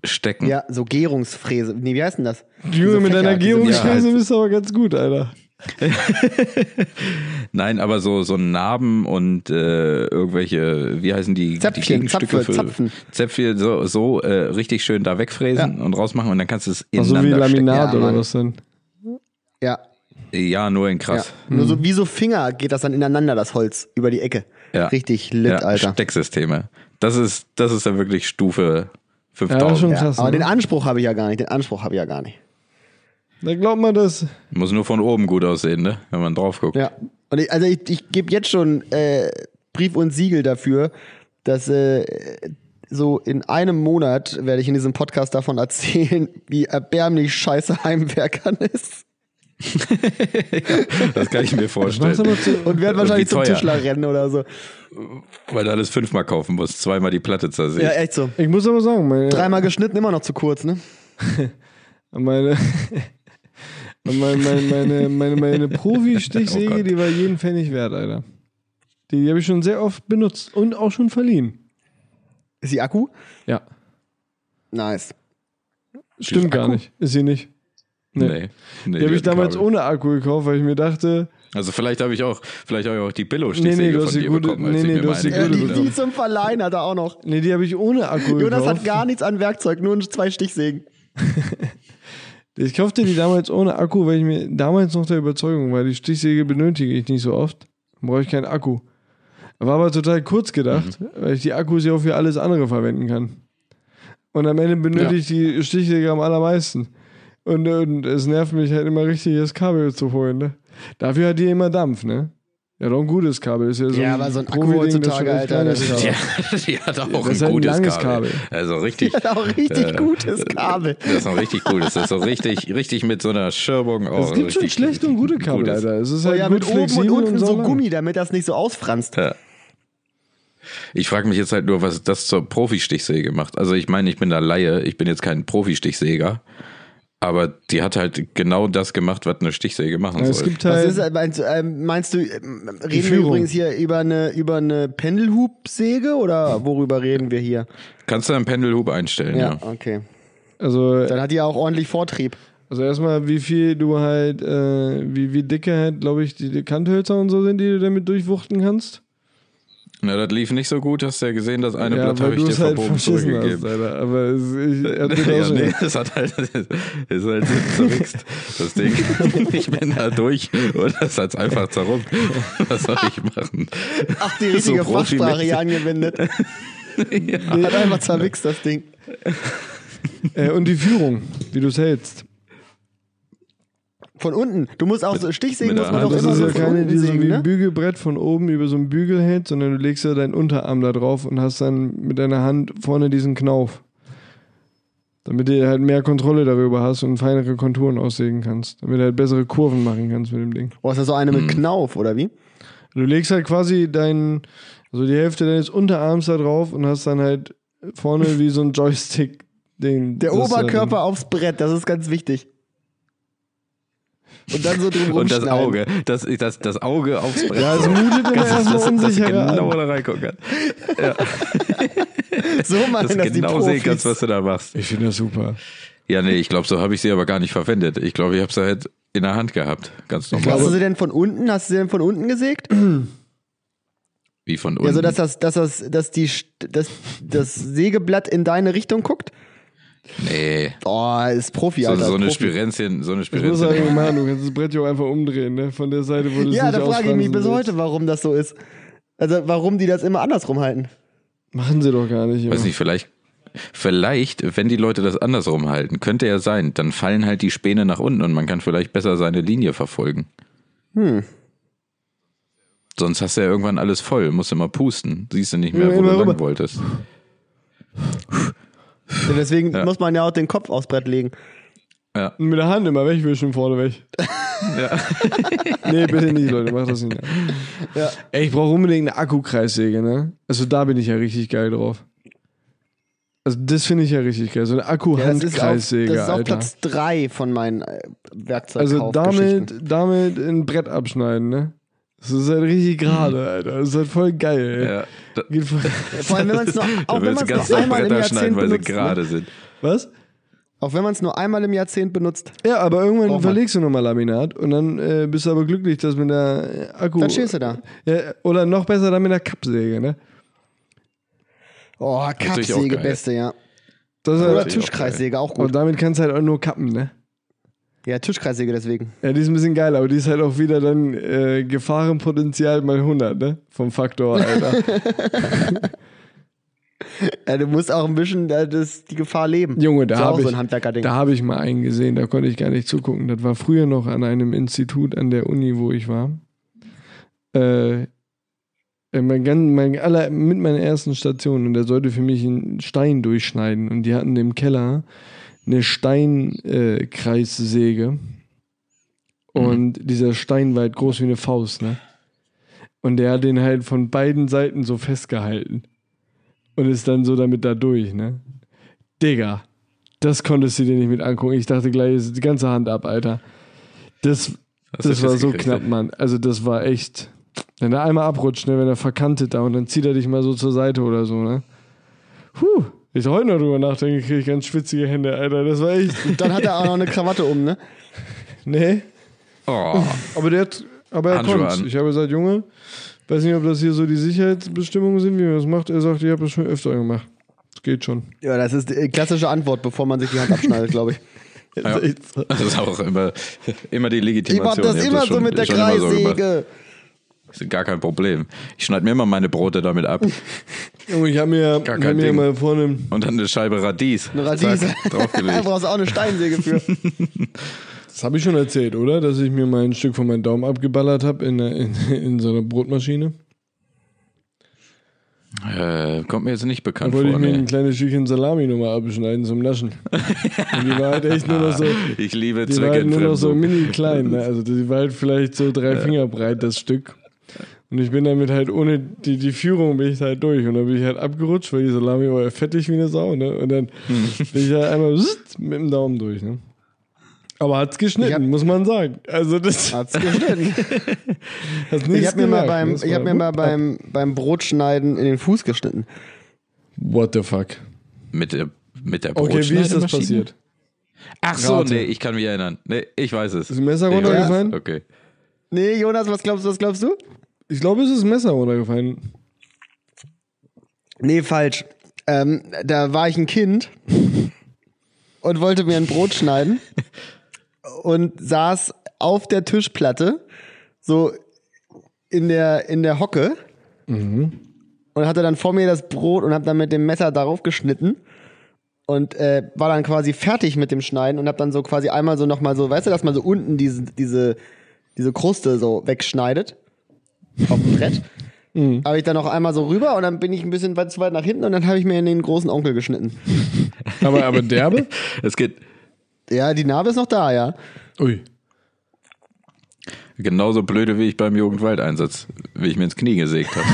[SPEAKER 1] Stecken.
[SPEAKER 3] Ja, so Gärungsfräse. Nee, wie heißt denn das?
[SPEAKER 2] Junge,
[SPEAKER 3] Diese
[SPEAKER 2] mit
[SPEAKER 3] Fächer,
[SPEAKER 2] deiner
[SPEAKER 3] diese-
[SPEAKER 2] Gärungsfräse bist du aber ganz gut, Alter.
[SPEAKER 1] Nein, aber so, so Narben und äh, irgendwelche, wie heißen die? die
[SPEAKER 3] Zäpfchen, Zapfe, Zapfen.
[SPEAKER 1] Zäpfchen, so, so äh, richtig schön da wegfräsen und rausmachen und dann kannst du es
[SPEAKER 2] Ach, so
[SPEAKER 1] ineinander
[SPEAKER 2] Also wie Laminat
[SPEAKER 3] Ja,
[SPEAKER 2] oder
[SPEAKER 3] Mann.
[SPEAKER 2] was denn?
[SPEAKER 3] Ja.
[SPEAKER 1] stecken. Ja, nur in
[SPEAKER 3] ja.
[SPEAKER 1] krass.
[SPEAKER 3] Nur so wie so Finger geht das dann ineinander, das Holz, über die Ecke.
[SPEAKER 1] Ja.
[SPEAKER 3] Richtig lit, Alter.
[SPEAKER 1] Stecksysteme. Das ist, das ist dann wirklich Stufe
[SPEAKER 2] Ja, das ist
[SPEAKER 1] 5000.
[SPEAKER 2] schon
[SPEAKER 3] Ja,
[SPEAKER 2] krass.
[SPEAKER 3] aber
[SPEAKER 2] ne?
[SPEAKER 3] den Anspruch habe ich ja gar nicht. Den Anspruch habe ich ja gar nicht.
[SPEAKER 2] Da glaubt man das.
[SPEAKER 1] Muss nur von oben gut aussehen, ne? wenn man drauf guckt.
[SPEAKER 3] Ja. Und ich, also ich, ich gebe jetzt schon äh, Brief und Siegel dafür, dass äh, so in einem Monat werde ich in diesem Podcast davon erzählen, wie erbärmlich scheiße Heimwerkern ist.
[SPEAKER 1] Das kann ich mir vorstellen.
[SPEAKER 2] Mach's aber zu,
[SPEAKER 3] Und werde
[SPEAKER 1] Und
[SPEAKER 3] wahrscheinlich
[SPEAKER 1] wie
[SPEAKER 3] zum
[SPEAKER 1] teuer.
[SPEAKER 3] Tischler rennen oder so.
[SPEAKER 1] Weil du alles fünfmal kaufen musst, zweimal die Platte zersägt.
[SPEAKER 3] Ja, echt so.
[SPEAKER 2] ich muss aber sagen, meine,
[SPEAKER 3] Dreimal geschnitten, immer noch zu kurz, ne?
[SPEAKER 2] meine, meine, meine, meine, meine, meine Profi-Stichsäge,
[SPEAKER 1] Oh Gott.
[SPEAKER 2] die war jeden Pfennig wert, Alter. Die, die habe ich schon sehr oft benutzt und auch schon verliehen.
[SPEAKER 3] Ist die Akku?
[SPEAKER 2] Ja.
[SPEAKER 3] Nice.
[SPEAKER 2] Stimmt gar
[SPEAKER 1] Akku?
[SPEAKER 2] nicht. Ist sie nicht.
[SPEAKER 1] nee.
[SPEAKER 2] Nee.
[SPEAKER 1] Nee,
[SPEAKER 2] Die habe
[SPEAKER 1] die
[SPEAKER 2] ich
[SPEAKER 1] hat ein
[SPEAKER 2] damals
[SPEAKER 1] Kabel.
[SPEAKER 2] ohne Akku gekauft, weil ich mir dachte,
[SPEAKER 1] Also vielleicht habe ich auch, vielleicht habe ich auch die
[SPEAKER 2] Nee,
[SPEAKER 1] Billo-Stichsäge
[SPEAKER 2] nee, du hast
[SPEAKER 1] von
[SPEAKER 2] die
[SPEAKER 1] dir
[SPEAKER 2] gute-
[SPEAKER 1] bekommen, als
[SPEAKER 2] nee,
[SPEAKER 1] ich
[SPEAKER 2] nee,
[SPEAKER 1] mir
[SPEAKER 2] du hast die
[SPEAKER 1] meine
[SPEAKER 3] Äh,
[SPEAKER 2] gute
[SPEAKER 1] gekauft
[SPEAKER 3] die,
[SPEAKER 1] habe.
[SPEAKER 3] die zum Verleihen hat er auch noch.
[SPEAKER 2] nee, die habe ich ohne Akku
[SPEAKER 3] Jonas
[SPEAKER 2] gekauft.
[SPEAKER 3] hat gar nichts an Werkzeug, nur zwei Stichsägen.
[SPEAKER 2] Ich kaufte die damals ohne Akku, weil ich mir damals noch der Überzeugung war, die Stichsäge benötige ich nicht so oft. Dann brauche ich keinen Akku. War aber total kurz gedacht,
[SPEAKER 3] Mhm.
[SPEAKER 2] weil ich die Akkus ja auch für alles andere verwenden kann. Und am Ende benötige ich die Stichsäge am allermeisten. Und, und es nervt mich halt immer richtig, das Kabel zu holen. Ne? Dafür hat die immer Dampf, ne? Ja, doch ein gutes Kabel. Ist ja, so
[SPEAKER 3] Ja, aber so ein Akku
[SPEAKER 2] Profi-Ding, das ist
[SPEAKER 3] heutzutage,
[SPEAKER 2] schon echt
[SPEAKER 3] Alter,
[SPEAKER 2] langes
[SPEAKER 3] das ist-
[SPEAKER 2] Kabel.
[SPEAKER 1] Die, die hat auch
[SPEAKER 2] das
[SPEAKER 1] ein
[SPEAKER 2] ist halt ein
[SPEAKER 1] gutes
[SPEAKER 2] langes
[SPEAKER 1] Kabel.
[SPEAKER 2] Kabel.
[SPEAKER 1] Also richtig.
[SPEAKER 3] Hat auch richtig
[SPEAKER 1] äh,
[SPEAKER 3] gutes Kabel.
[SPEAKER 1] Das ist noch richtig cool. Das ist so richtig, richtig mit so einer Schirmung auch.
[SPEAKER 2] Es gibt schon
[SPEAKER 1] richtig
[SPEAKER 2] schlechte und gute Kabel,
[SPEAKER 1] gutes.
[SPEAKER 2] Alter. Es ist
[SPEAKER 3] Oh
[SPEAKER 2] halt
[SPEAKER 3] ja,
[SPEAKER 2] gut
[SPEAKER 3] mit oben und
[SPEAKER 2] flexibel
[SPEAKER 3] unten
[SPEAKER 2] so ne?
[SPEAKER 3] so
[SPEAKER 2] lang.
[SPEAKER 3] Gummi, damit das nicht so ausfranst.
[SPEAKER 1] Ja. Ich frage mich jetzt halt nur, was das zur Profi-Stichsäge macht. Also ich meine, ich bin da Laie, ich bin jetzt kein Profi-Stichsäger, aber die hat halt genau das gemacht, was eine Stichsäge machen
[SPEAKER 2] Ja, Es
[SPEAKER 1] soll.
[SPEAKER 2] gibt
[SPEAKER 3] Was
[SPEAKER 2] halt,
[SPEAKER 3] ist, äh, meinst, du, ähm, meinst du, ähm, reden wir
[SPEAKER 2] Führung.
[SPEAKER 3] übrigens hier über eine, über eine Pendelhubsäge oder worüber reden wir hier?
[SPEAKER 1] Kannst du einen Pendelhub einstellen,
[SPEAKER 2] Genau.
[SPEAKER 1] ja.
[SPEAKER 3] Ja, okay.
[SPEAKER 2] also
[SPEAKER 3] Dann hat die ja auch ordentlich Vortrieb.
[SPEAKER 2] Also erstmal, wie viel du halt, äh, wie, wie dicke halt, glaube ich, die, die Kanthölzer und so sind, die du damit durchwuchten kannst.
[SPEAKER 1] Na, das lief nicht so gut, hast du ja gesehen, das eine
[SPEAKER 2] ja,
[SPEAKER 1] Blatt habe ich dir verbogen
[SPEAKER 2] halt hast,
[SPEAKER 1] zurückgegeben.
[SPEAKER 2] Alter. Aber es, ich, er hat mir
[SPEAKER 1] ja,
[SPEAKER 2] das auch
[SPEAKER 1] nee,
[SPEAKER 2] schon-
[SPEAKER 1] das hat halt, das ist halt zerwichst, das Ding. Ich bin da durch und das hat's einfach zerruppt. Was soll ich machen?
[SPEAKER 3] Ach, die richtige Fachsprache hier angewendet. Hat einfach zerwichst, das Ding.
[SPEAKER 2] äh, und die Führung, wie du es hältst.
[SPEAKER 3] Von unten. Du musst auch so Stichsägen
[SPEAKER 1] mit
[SPEAKER 3] muss
[SPEAKER 1] der
[SPEAKER 3] man
[SPEAKER 1] Hand.
[SPEAKER 2] Also
[SPEAKER 3] doch
[SPEAKER 2] Das
[SPEAKER 3] immer
[SPEAKER 2] ist
[SPEAKER 3] so
[SPEAKER 2] ja
[SPEAKER 3] von
[SPEAKER 2] keine, die
[SPEAKER 3] unten
[SPEAKER 2] so wie
[SPEAKER 3] sägen,
[SPEAKER 2] ein
[SPEAKER 3] ne?
[SPEAKER 2] Bügelbrett von oben über so einen Bügel hält, sondern du legst ja deinen Unterarm da drauf und hast dann mit deiner Hand vorne diesen Knauf. Damit du halt mehr Kontrolle darüber hast und feinere Konturen aussägen kannst. Damit du halt bessere Kurven machen kannst mit dem Ding.
[SPEAKER 3] Oh, ist das so eine
[SPEAKER 2] Mhm.
[SPEAKER 3] mit Knauf, oder wie?
[SPEAKER 2] Du legst halt quasi deinen, also die Hälfte deines Unterarms da drauf und hast dann halt vorne wie so ein Joystick den.
[SPEAKER 3] Der
[SPEAKER 2] das da
[SPEAKER 3] Oberkörper
[SPEAKER 1] ähm,
[SPEAKER 3] aufs Brett, das ist ganz wichtig. Und dann so drum
[SPEAKER 1] Und das
[SPEAKER 3] rumschneiden.
[SPEAKER 1] Auge, das, das, das Auge aufs Brett.
[SPEAKER 2] Ja, es mutet immer
[SPEAKER 1] Dass ich- dass
[SPEAKER 2] erstmal
[SPEAKER 1] ich- dass ich
[SPEAKER 2] unsicherer
[SPEAKER 1] genau
[SPEAKER 2] an.
[SPEAKER 1] da reingucken kann.
[SPEAKER 3] So machen
[SPEAKER 1] Dass
[SPEAKER 3] das,
[SPEAKER 1] ich
[SPEAKER 3] die
[SPEAKER 1] genau sehen
[SPEAKER 3] Profis.
[SPEAKER 1] kannst, was du da machst.
[SPEAKER 2] drin. Ich finde das super.
[SPEAKER 1] Ja, nee, ich glaube, so habe ich sie aber gar nicht verwendet. Ich glaube, ich habe sie halt in der Hand gehabt. Ganz normal.
[SPEAKER 3] Hast du sie denn von unten? Hast du sie denn von unten gesägt?
[SPEAKER 1] Wie von unten.
[SPEAKER 3] Ja, so dass das, dass das, dass die, St- dass das Sägeblatt in deine Richtung guckt.
[SPEAKER 1] nee.
[SPEAKER 3] Oh, ist Profi,
[SPEAKER 1] So,
[SPEAKER 3] Alter.
[SPEAKER 1] so eine
[SPEAKER 3] Profi.
[SPEAKER 1] Spirenzchen, so eine
[SPEAKER 2] Ich muss
[SPEAKER 1] Spirenzchen.
[SPEAKER 2] sagen, Mann, du kannst das Brett ja auch einfach umdrehen, ne? Von der Seite, wo du es
[SPEAKER 3] Ja,
[SPEAKER 2] nicht
[SPEAKER 3] da frage ich mich
[SPEAKER 2] ausfransen
[SPEAKER 3] bis
[SPEAKER 2] willst.
[SPEAKER 3] heute, warum das so ist. Also, warum die das immer andersrum halten.
[SPEAKER 2] Machen sie doch gar
[SPEAKER 1] Weiß
[SPEAKER 2] nicht. Junge.
[SPEAKER 1] nicht, vielleicht, vielleicht, wenn die Leute das andersrum halten, könnte ja sein, dann fallen halt die
[SPEAKER 3] Hm.
[SPEAKER 1] Späne nach unten und man kann vielleicht besser seine Linie verfolgen. Sonst hast du ja irgendwann alles voll, musst immer pusten. Siehst du nicht mehr,
[SPEAKER 2] Ja,
[SPEAKER 1] wo du
[SPEAKER 2] immer
[SPEAKER 1] lang
[SPEAKER 2] rüber.
[SPEAKER 1] wolltest.
[SPEAKER 3] Denn deswegen
[SPEAKER 1] Ja.
[SPEAKER 3] muss man ja auch den Kopf aufs Brett legen.
[SPEAKER 2] Und mit der Hand immer wegwischen, vorne weg. nee, bitte nicht, Leute, macht das nicht.
[SPEAKER 3] Ja.
[SPEAKER 2] Ey, ich brauche unbedingt eine Akkukreissäge, ne? Also da bin ich ja richtig geil drauf. Also das finde ich ja richtig geil. So eine
[SPEAKER 3] Ja, das ist auf, das
[SPEAKER 2] Akku-Handkreissäge,
[SPEAKER 3] ist auf
[SPEAKER 2] Alter.
[SPEAKER 3] Platz 3 von meinen äh,
[SPEAKER 2] also
[SPEAKER 3] Werkzeugkaufgeschichten.
[SPEAKER 2] damit, damit ein Brett abschneiden, ne? Das ist halt richtig
[SPEAKER 3] Mhm.
[SPEAKER 2] gerade, Alter. Das ist halt voll geil, ey.
[SPEAKER 1] Ja. Da,
[SPEAKER 2] Geht voll,
[SPEAKER 3] Vor allem, wenn man es nur, auch
[SPEAKER 1] da
[SPEAKER 3] wenn
[SPEAKER 1] willst du
[SPEAKER 3] man's
[SPEAKER 1] ganz
[SPEAKER 3] nur
[SPEAKER 1] Tag
[SPEAKER 3] einmal im
[SPEAKER 1] Bretter schneiden,
[SPEAKER 3] Jahrzehnt
[SPEAKER 1] weil sie
[SPEAKER 3] benutzt.
[SPEAKER 1] gerade
[SPEAKER 3] Ne?
[SPEAKER 1] sind.
[SPEAKER 2] was?
[SPEAKER 3] Auch wenn man es nur einmal im Jahrzehnt benutzt,
[SPEAKER 2] Ja, aber
[SPEAKER 3] Braucht
[SPEAKER 2] irgendwann
[SPEAKER 3] man.
[SPEAKER 2] verlegst du nochmal Laminat und dann äh, bist du aber glücklich, dass mit der äh, Akku.
[SPEAKER 1] Oh.
[SPEAKER 3] dann stehst du da.
[SPEAKER 2] Ja, oder noch besser dann mit der Kappsäge, ne?
[SPEAKER 3] Oh,
[SPEAKER 1] Natürlich auch
[SPEAKER 3] Kappsäge,
[SPEAKER 1] geil.
[SPEAKER 3] beste, ja.
[SPEAKER 2] Das ist halt,
[SPEAKER 3] Oder
[SPEAKER 1] Natürlich auch
[SPEAKER 3] Tischkreissäge, auch
[SPEAKER 2] und
[SPEAKER 3] gut.
[SPEAKER 2] damit kannst du halt auch nur kappen, ne?
[SPEAKER 3] Ja, Tischkreissäge deswegen.
[SPEAKER 2] Ja, die ist ein bisschen geil, aber die ist halt auch wieder dann äh, Gefahrenpotenzial mal 100, ne? Vom Faktor, Alter.
[SPEAKER 3] Ja, du musst auch ein bisschen äh, das, die Gefahr leben.
[SPEAKER 2] Junge,
[SPEAKER 3] Ist
[SPEAKER 2] da
[SPEAKER 3] ja auch
[SPEAKER 2] habe
[SPEAKER 3] so
[SPEAKER 2] ich,
[SPEAKER 3] ein Handwerkerding.
[SPEAKER 2] da hab ich mal einen gesehen, da konnte ich gar nicht zugucken. Das war früher noch an einem Institut an der Uni, wo ich war. Äh, äh, mein, gan- mein aller, mit meiner ersten Station und der sollte für mich einen Stein durchschneiden und die hatten im Keller eine Steinkreissäge äh,
[SPEAKER 3] Mhm.
[SPEAKER 2] Kreissäge. und dieser Stein war halt groß wie eine Faust, ne? Und der hat den halt von beiden Seiten so festgehalten und ist dann so damit da durch, ne? Digga, das konntest du dir nicht mit angucken. Ich dachte gleich, ist die ganze Hand ab, Alter. Das,
[SPEAKER 1] Hast du
[SPEAKER 2] das war so
[SPEAKER 1] festgekriegt,
[SPEAKER 2] knapp,
[SPEAKER 1] ne?
[SPEAKER 2] Mann. Also das war echt, wenn der einmal abrutscht, ne, wenn er verkantet da und dann zieht er dich mal so zur Seite oder so, ne? Puh, ich heute noch drüber nachdenke, kriege ich ganz schwitzige Hände, Alter. Das war echt,
[SPEAKER 3] Dann hat er auch noch eine Krawatte um, ne?
[SPEAKER 2] ne?
[SPEAKER 1] Oh,
[SPEAKER 2] Aber der hat, aber er
[SPEAKER 1] Handschuhe
[SPEAKER 2] konnte.
[SPEAKER 1] an.
[SPEAKER 2] Ich habe gesagt, Junge, weiß nicht, ob das hier so die Sicherheitsbestimmungen sind, wie man das macht. Er sagt, ich habe das schon öfter gemacht. Es geht schon.
[SPEAKER 3] Ja, das ist die klassische Antwort, bevor man sich die Hand abschneidet, glaube ich.
[SPEAKER 1] ja. Das ist auch immer, immer die
[SPEAKER 3] Ich mach
[SPEAKER 1] Legitimation.
[SPEAKER 3] das
[SPEAKER 1] Ich hab
[SPEAKER 3] immer so
[SPEAKER 1] schon-
[SPEAKER 3] mit der
[SPEAKER 1] schon immer so gemacht.
[SPEAKER 3] Kreissäge.
[SPEAKER 1] Ist gar kein Problem. Ich schneide mir immer meine Brote damit ab
[SPEAKER 2] Junge, ich habe mir,
[SPEAKER 1] Gar
[SPEAKER 2] ich
[SPEAKER 1] kein
[SPEAKER 2] hab mir
[SPEAKER 1] Ding.
[SPEAKER 2] mal vorne.
[SPEAKER 1] und dann eine Scheibe Radies.
[SPEAKER 3] Eine Radiese.
[SPEAKER 1] Zack,
[SPEAKER 3] Da
[SPEAKER 1] draufgelegt.
[SPEAKER 3] brauchst du auch eine Steinsäge für.
[SPEAKER 2] Das habe ich schon erzählt, oder? Dass ich mir mal ein Stück von meinem Daumen abgeballert habe in, der- in, in so einer Brotmaschine.
[SPEAKER 1] Äh, kommt mir jetzt nicht
[SPEAKER 2] Da
[SPEAKER 1] bekannt
[SPEAKER 2] wollte ich
[SPEAKER 1] vor.
[SPEAKER 2] mir ein
[SPEAKER 1] Nee.
[SPEAKER 2] kleines Stückchen Salami nochmal abschneiden zum Naschen. Und die war halt echt nur noch so.
[SPEAKER 1] Ich liebe
[SPEAKER 2] Die war halt nur noch so
[SPEAKER 1] Zweckentfremdung.
[SPEAKER 2] mini klein, ne? also die war halt vielleicht so drei Finger breit, das Stück. Und ich bin damit halt ohne die, die Führung bin ich halt durch und dann bin ich halt abgerutscht, weil die Salami war ja fettig wie eine Sau, ne? Und dann bin ich halt einmal zzt mit dem Daumen durch, ne? Aber hat's geschnitten,
[SPEAKER 3] Ich hab-
[SPEAKER 2] muss man sagen. Also das
[SPEAKER 3] Hat's geschnitten.
[SPEAKER 2] hat's nicht
[SPEAKER 3] Ah, Ich habe mir mal
[SPEAKER 2] gemerkt, ne?
[SPEAKER 3] beim,
[SPEAKER 2] Das
[SPEAKER 3] ich hab
[SPEAKER 2] war-
[SPEAKER 3] mir mal beim, beim Brotschneiden in den Fuß geschnitten.
[SPEAKER 2] What the fuck?
[SPEAKER 1] Mit der, mit der
[SPEAKER 2] Okay, wie ist das
[SPEAKER 1] Brotschneidemaschine?
[SPEAKER 2] passiert?
[SPEAKER 1] Ach so,
[SPEAKER 2] Rate.
[SPEAKER 1] nee, ich kann mich erinnern. Nee, ich weiß es.
[SPEAKER 2] Ist ein Messer
[SPEAKER 1] Ich weiß es.
[SPEAKER 2] runtergefallen?
[SPEAKER 1] Okay.
[SPEAKER 3] Nee, Jonas, was glaubst du, was glaubst du?
[SPEAKER 2] Ich glaube, es ist ein Messer runtergefallen.
[SPEAKER 3] Nee, falsch. Ähm, da war ich ein Kind und wollte mir ein Brot schneiden und saß auf der Tischplatte, so in der, in der Hocke und hatte dann vor mir das Brot und habe dann mit dem Messer darauf geschnitten und äh, war dann quasi fertig mit dem Schneiden und habe dann so quasi einmal so nochmal so, weißt du, dass man so unten diese, diese, diese Kruste so wegschneidet auf dem Brett. Habe ich dann noch einmal so rüber und dann bin ich ein bisschen weit zu weit nach hinten und dann habe ich mir in den großen Onkel geschnitten.
[SPEAKER 2] Aber, aber derbe?
[SPEAKER 1] Es geht
[SPEAKER 3] Ja, die Narbe ist noch da, ja.
[SPEAKER 2] Ui.
[SPEAKER 1] genauso blöde wie ich beim Jugendwaldeinsatz, wie ich mir ins Knie gesägt habe.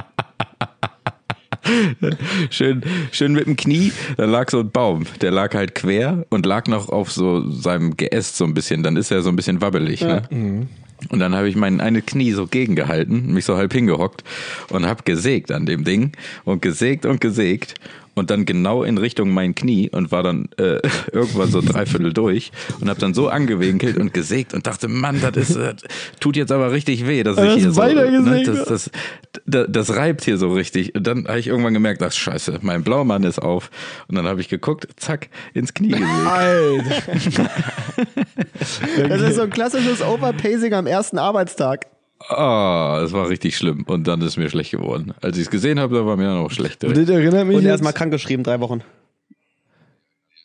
[SPEAKER 1] schön, schön mit dem Knie, da lag so ein Baum, der lag halt quer und lag noch auf so seinem Geäst so ein bisschen, dann ist er so ein bisschen wabbelig, ne?
[SPEAKER 2] Mhm.
[SPEAKER 1] Und dann habe ich mein eine Knie so gegengehalten, mich so halb hingehockt und habe gesägt an dem Ding und gesägt und gesägt und dann genau in Richtung mein Knie und war dann äh, irgendwann so dreiviertel durch und habe dann so angewinkelt und gesägt und dachte, Mann, das ist äh, tut jetzt aber richtig weh, dass
[SPEAKER 2] Hast
[SPEAKER 1] ich hier
[SPEAKER 2] du
[SPEAKER 1] so ne,
[SPEAKER 2] weiter gesägt?
[SPEAKER 1] das, das, das, das reibt hier so richtig. Und dann habe ich irgendwann gemerkt, ach Scheiße, mein Blaumann ist auf und dann habe ich geguckt, zack, ins Knie gesägt.
[SPEAKER 2] Alter.
[SPEAKER 3] Das ist so ein klassisches Overpacing am ersten Arbeitstag.
[SPEAKER 1] Ah, das war richtig schlimm und dann ist mir schlecht geworden. Als ich es gesehen habe, da war mir noch schlecht. direkt.
[SPEAKER 2] Das erinnert mich
[SPEAKER 3] Und
[SPEAKER 2] jetzt-
[SPEAKER 3] erstmal krankgeschrieben, drei Wochen.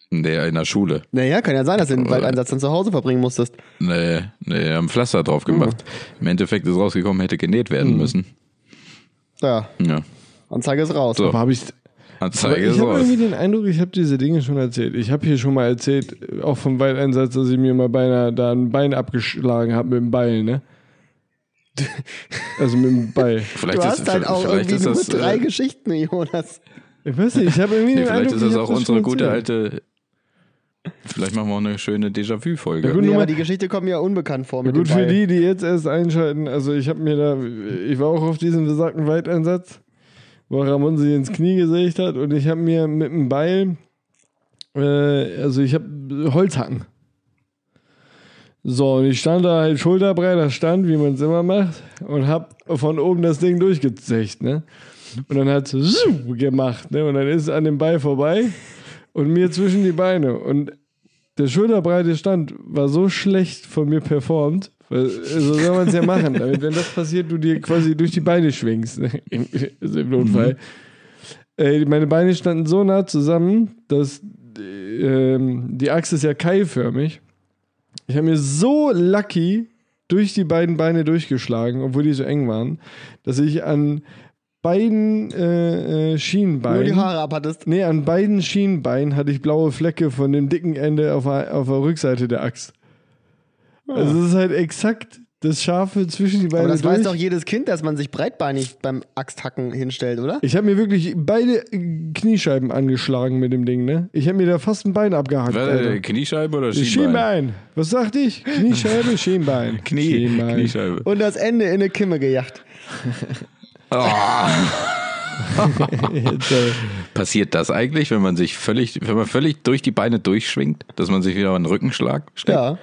[SPEAKER 1] Nee, in der Schule.
[SPEAKER 3] Naja, kann ja sein, dass du den Waldeinsatz dann zu Hause verbringen musstest.
[SPEAKER 1] Nee, nee, haben Pflaster drauf gemacht. Im Endeffekt ist rausgekommen, hätte genäht werden müssen.
[SPEAKER 3] Ja,
[SPEAKER 1] Ja.
[SPEAKER 3] Anzeige ist raus.
[SPEAKER 1] So.
[SPEAKER 2] Aber habe ich Aber
[SPEAKER 1] Anzeige
[SPEAKER 2] ich
[SPEAKER 1] ist
[SPEAKER 2] habe
[SPEAKER 1] raus.
[SPEAKER 2] irgendwie den Eindruck, ich habe diese Dinge schon erzählt. Ich habe hier schon mal erzählt, auch vom Waldeinsatz, dass ich mir mal beinahe da ein Bein abgeschlagen habe mit dem Beil, ne? Also mit dem Beil.
[SPEAKER 1] Vielleicht
[SPEAKER 3] Du hast halt auch irgendwie nur drei
[SPEAKER 1] äh,
[SPEAKER 3] Geschichten, Jonas.
[SPEAKER 2] Ich weiß nicht, ich habe irgendwie
[SPEAKER 1] nee,
[SPEAKER 2] den
[SPEAKER 1] vielleicht
[SPEAKER 2] Eindruck,
[SPEAKER 1] ist das
[SPEAKER 2] ich hab
[SPEAKER 1] auch
[SPEAKER 2] das
[SPEAKER 1] unsere
[SPEAKER 2] schon
[SPEAKER 1] gute
[SPEAKER 2] erzählt.
[SPEAKER 1] alte. Vielleicht machen wir auch eine schöne
[SPEAKER 2] Ja,
[SPEAKER 1] Déjà-vu-Folge.
[SPEAKER 2] gut.
[SPEAKER 3] Nee,
[SPEAKER 2] Nummer-
[SPEAKER 3] aber die Geschichte kommt mir ja unbekannt vor mit
[SPEAKER 2] Gut
[SPEAKER 3] dem
[SPEAKER 2] für
[SPEAKER 3] Ball.
[SPEAKER 2] die, die jetzt erst einschalten. Also ich habe mir da, ich war auch auf diesem besagten Weiteinsatz, wo Ramon sich ins Knie gesägt hat und ich habe mir mit dem Beil, äh, also ich habe Holzhacken. So, und ich stand da halt schulterbreiter Stand, wie man es immer macht, und hab von oben das Ding durchgezecht, ne? Und dann hat's so gemacht, ne? Und dann ist es an dem Beil vorbei und mir zwischen die Beine. Und der schulterbreite Stand war so schlecht von mir performt. weil, äh, So soll man es ja machen, damit, wenn das passiert, du dir quasi durch die Beine schwingst. ne? Im, also im Notfall.
[SPEAKER 3] Mhm.
[SPEAKER 2] Äh, meine Beine standen so nah zusammen, dass äh, ähm, die Achse ist ja keilförmig. Ich habe mir so lucky durch die beiden Beine durchgeschlagen, obwohl die so eng waren, dass ich an beiden äh, äh, Schienbeinen.
[SPEAKER 3] Nur die Haare abhattest.
[SPEAKER 2] Nee, an beiden Schienbeinen hatte ich blaue Flecke von dem dicken Ende auf der, auf der Rückseite der Axt. Also es ist halt exakt das Scharfe zwischen die
[SPEAKER 3] Ah. Aber
[SPEAKER 2] beiden.
[SPEAKER 3] das
[SPEAKER 2] Äh, durch.
[SPEAKER 3] weiß doch jedes Kind, dass man sich breitbeinig beim Axthacken hinstellt, oder?
[SPEAKER 2] ich habe mir wirklich beide äh, Kniescheiben angeschlagen mit dem Ding, ne? Ich habe mir da fast ein Bein abgehackt.
[SPEAKER 1] Warte,
[SPEAKER 2] Alter.
[SPEAKER 1] Kniescheibe oder Schienbein?
[SPEAKER 2] Schienbein. Was sagte ich? Kniescheibe, Schienbein.
[SPEAKER 1] Knie,
[SPEAKER 2] Schienbein.
[SPEAKER 1] Kniescheibe.
[SPEAKER 3] Und das Ende in eine Kimme gejagt.
[SPEAKER 2] Jetzt, äh,
[SPEAKER 1] Passiert das eigentlich, wenn man sich völlig, wenn man völlig durch die Beine durchschwingt, dass man sich wieder an den Rückenschlag schlägt?
[SPEAKER 3] Ja.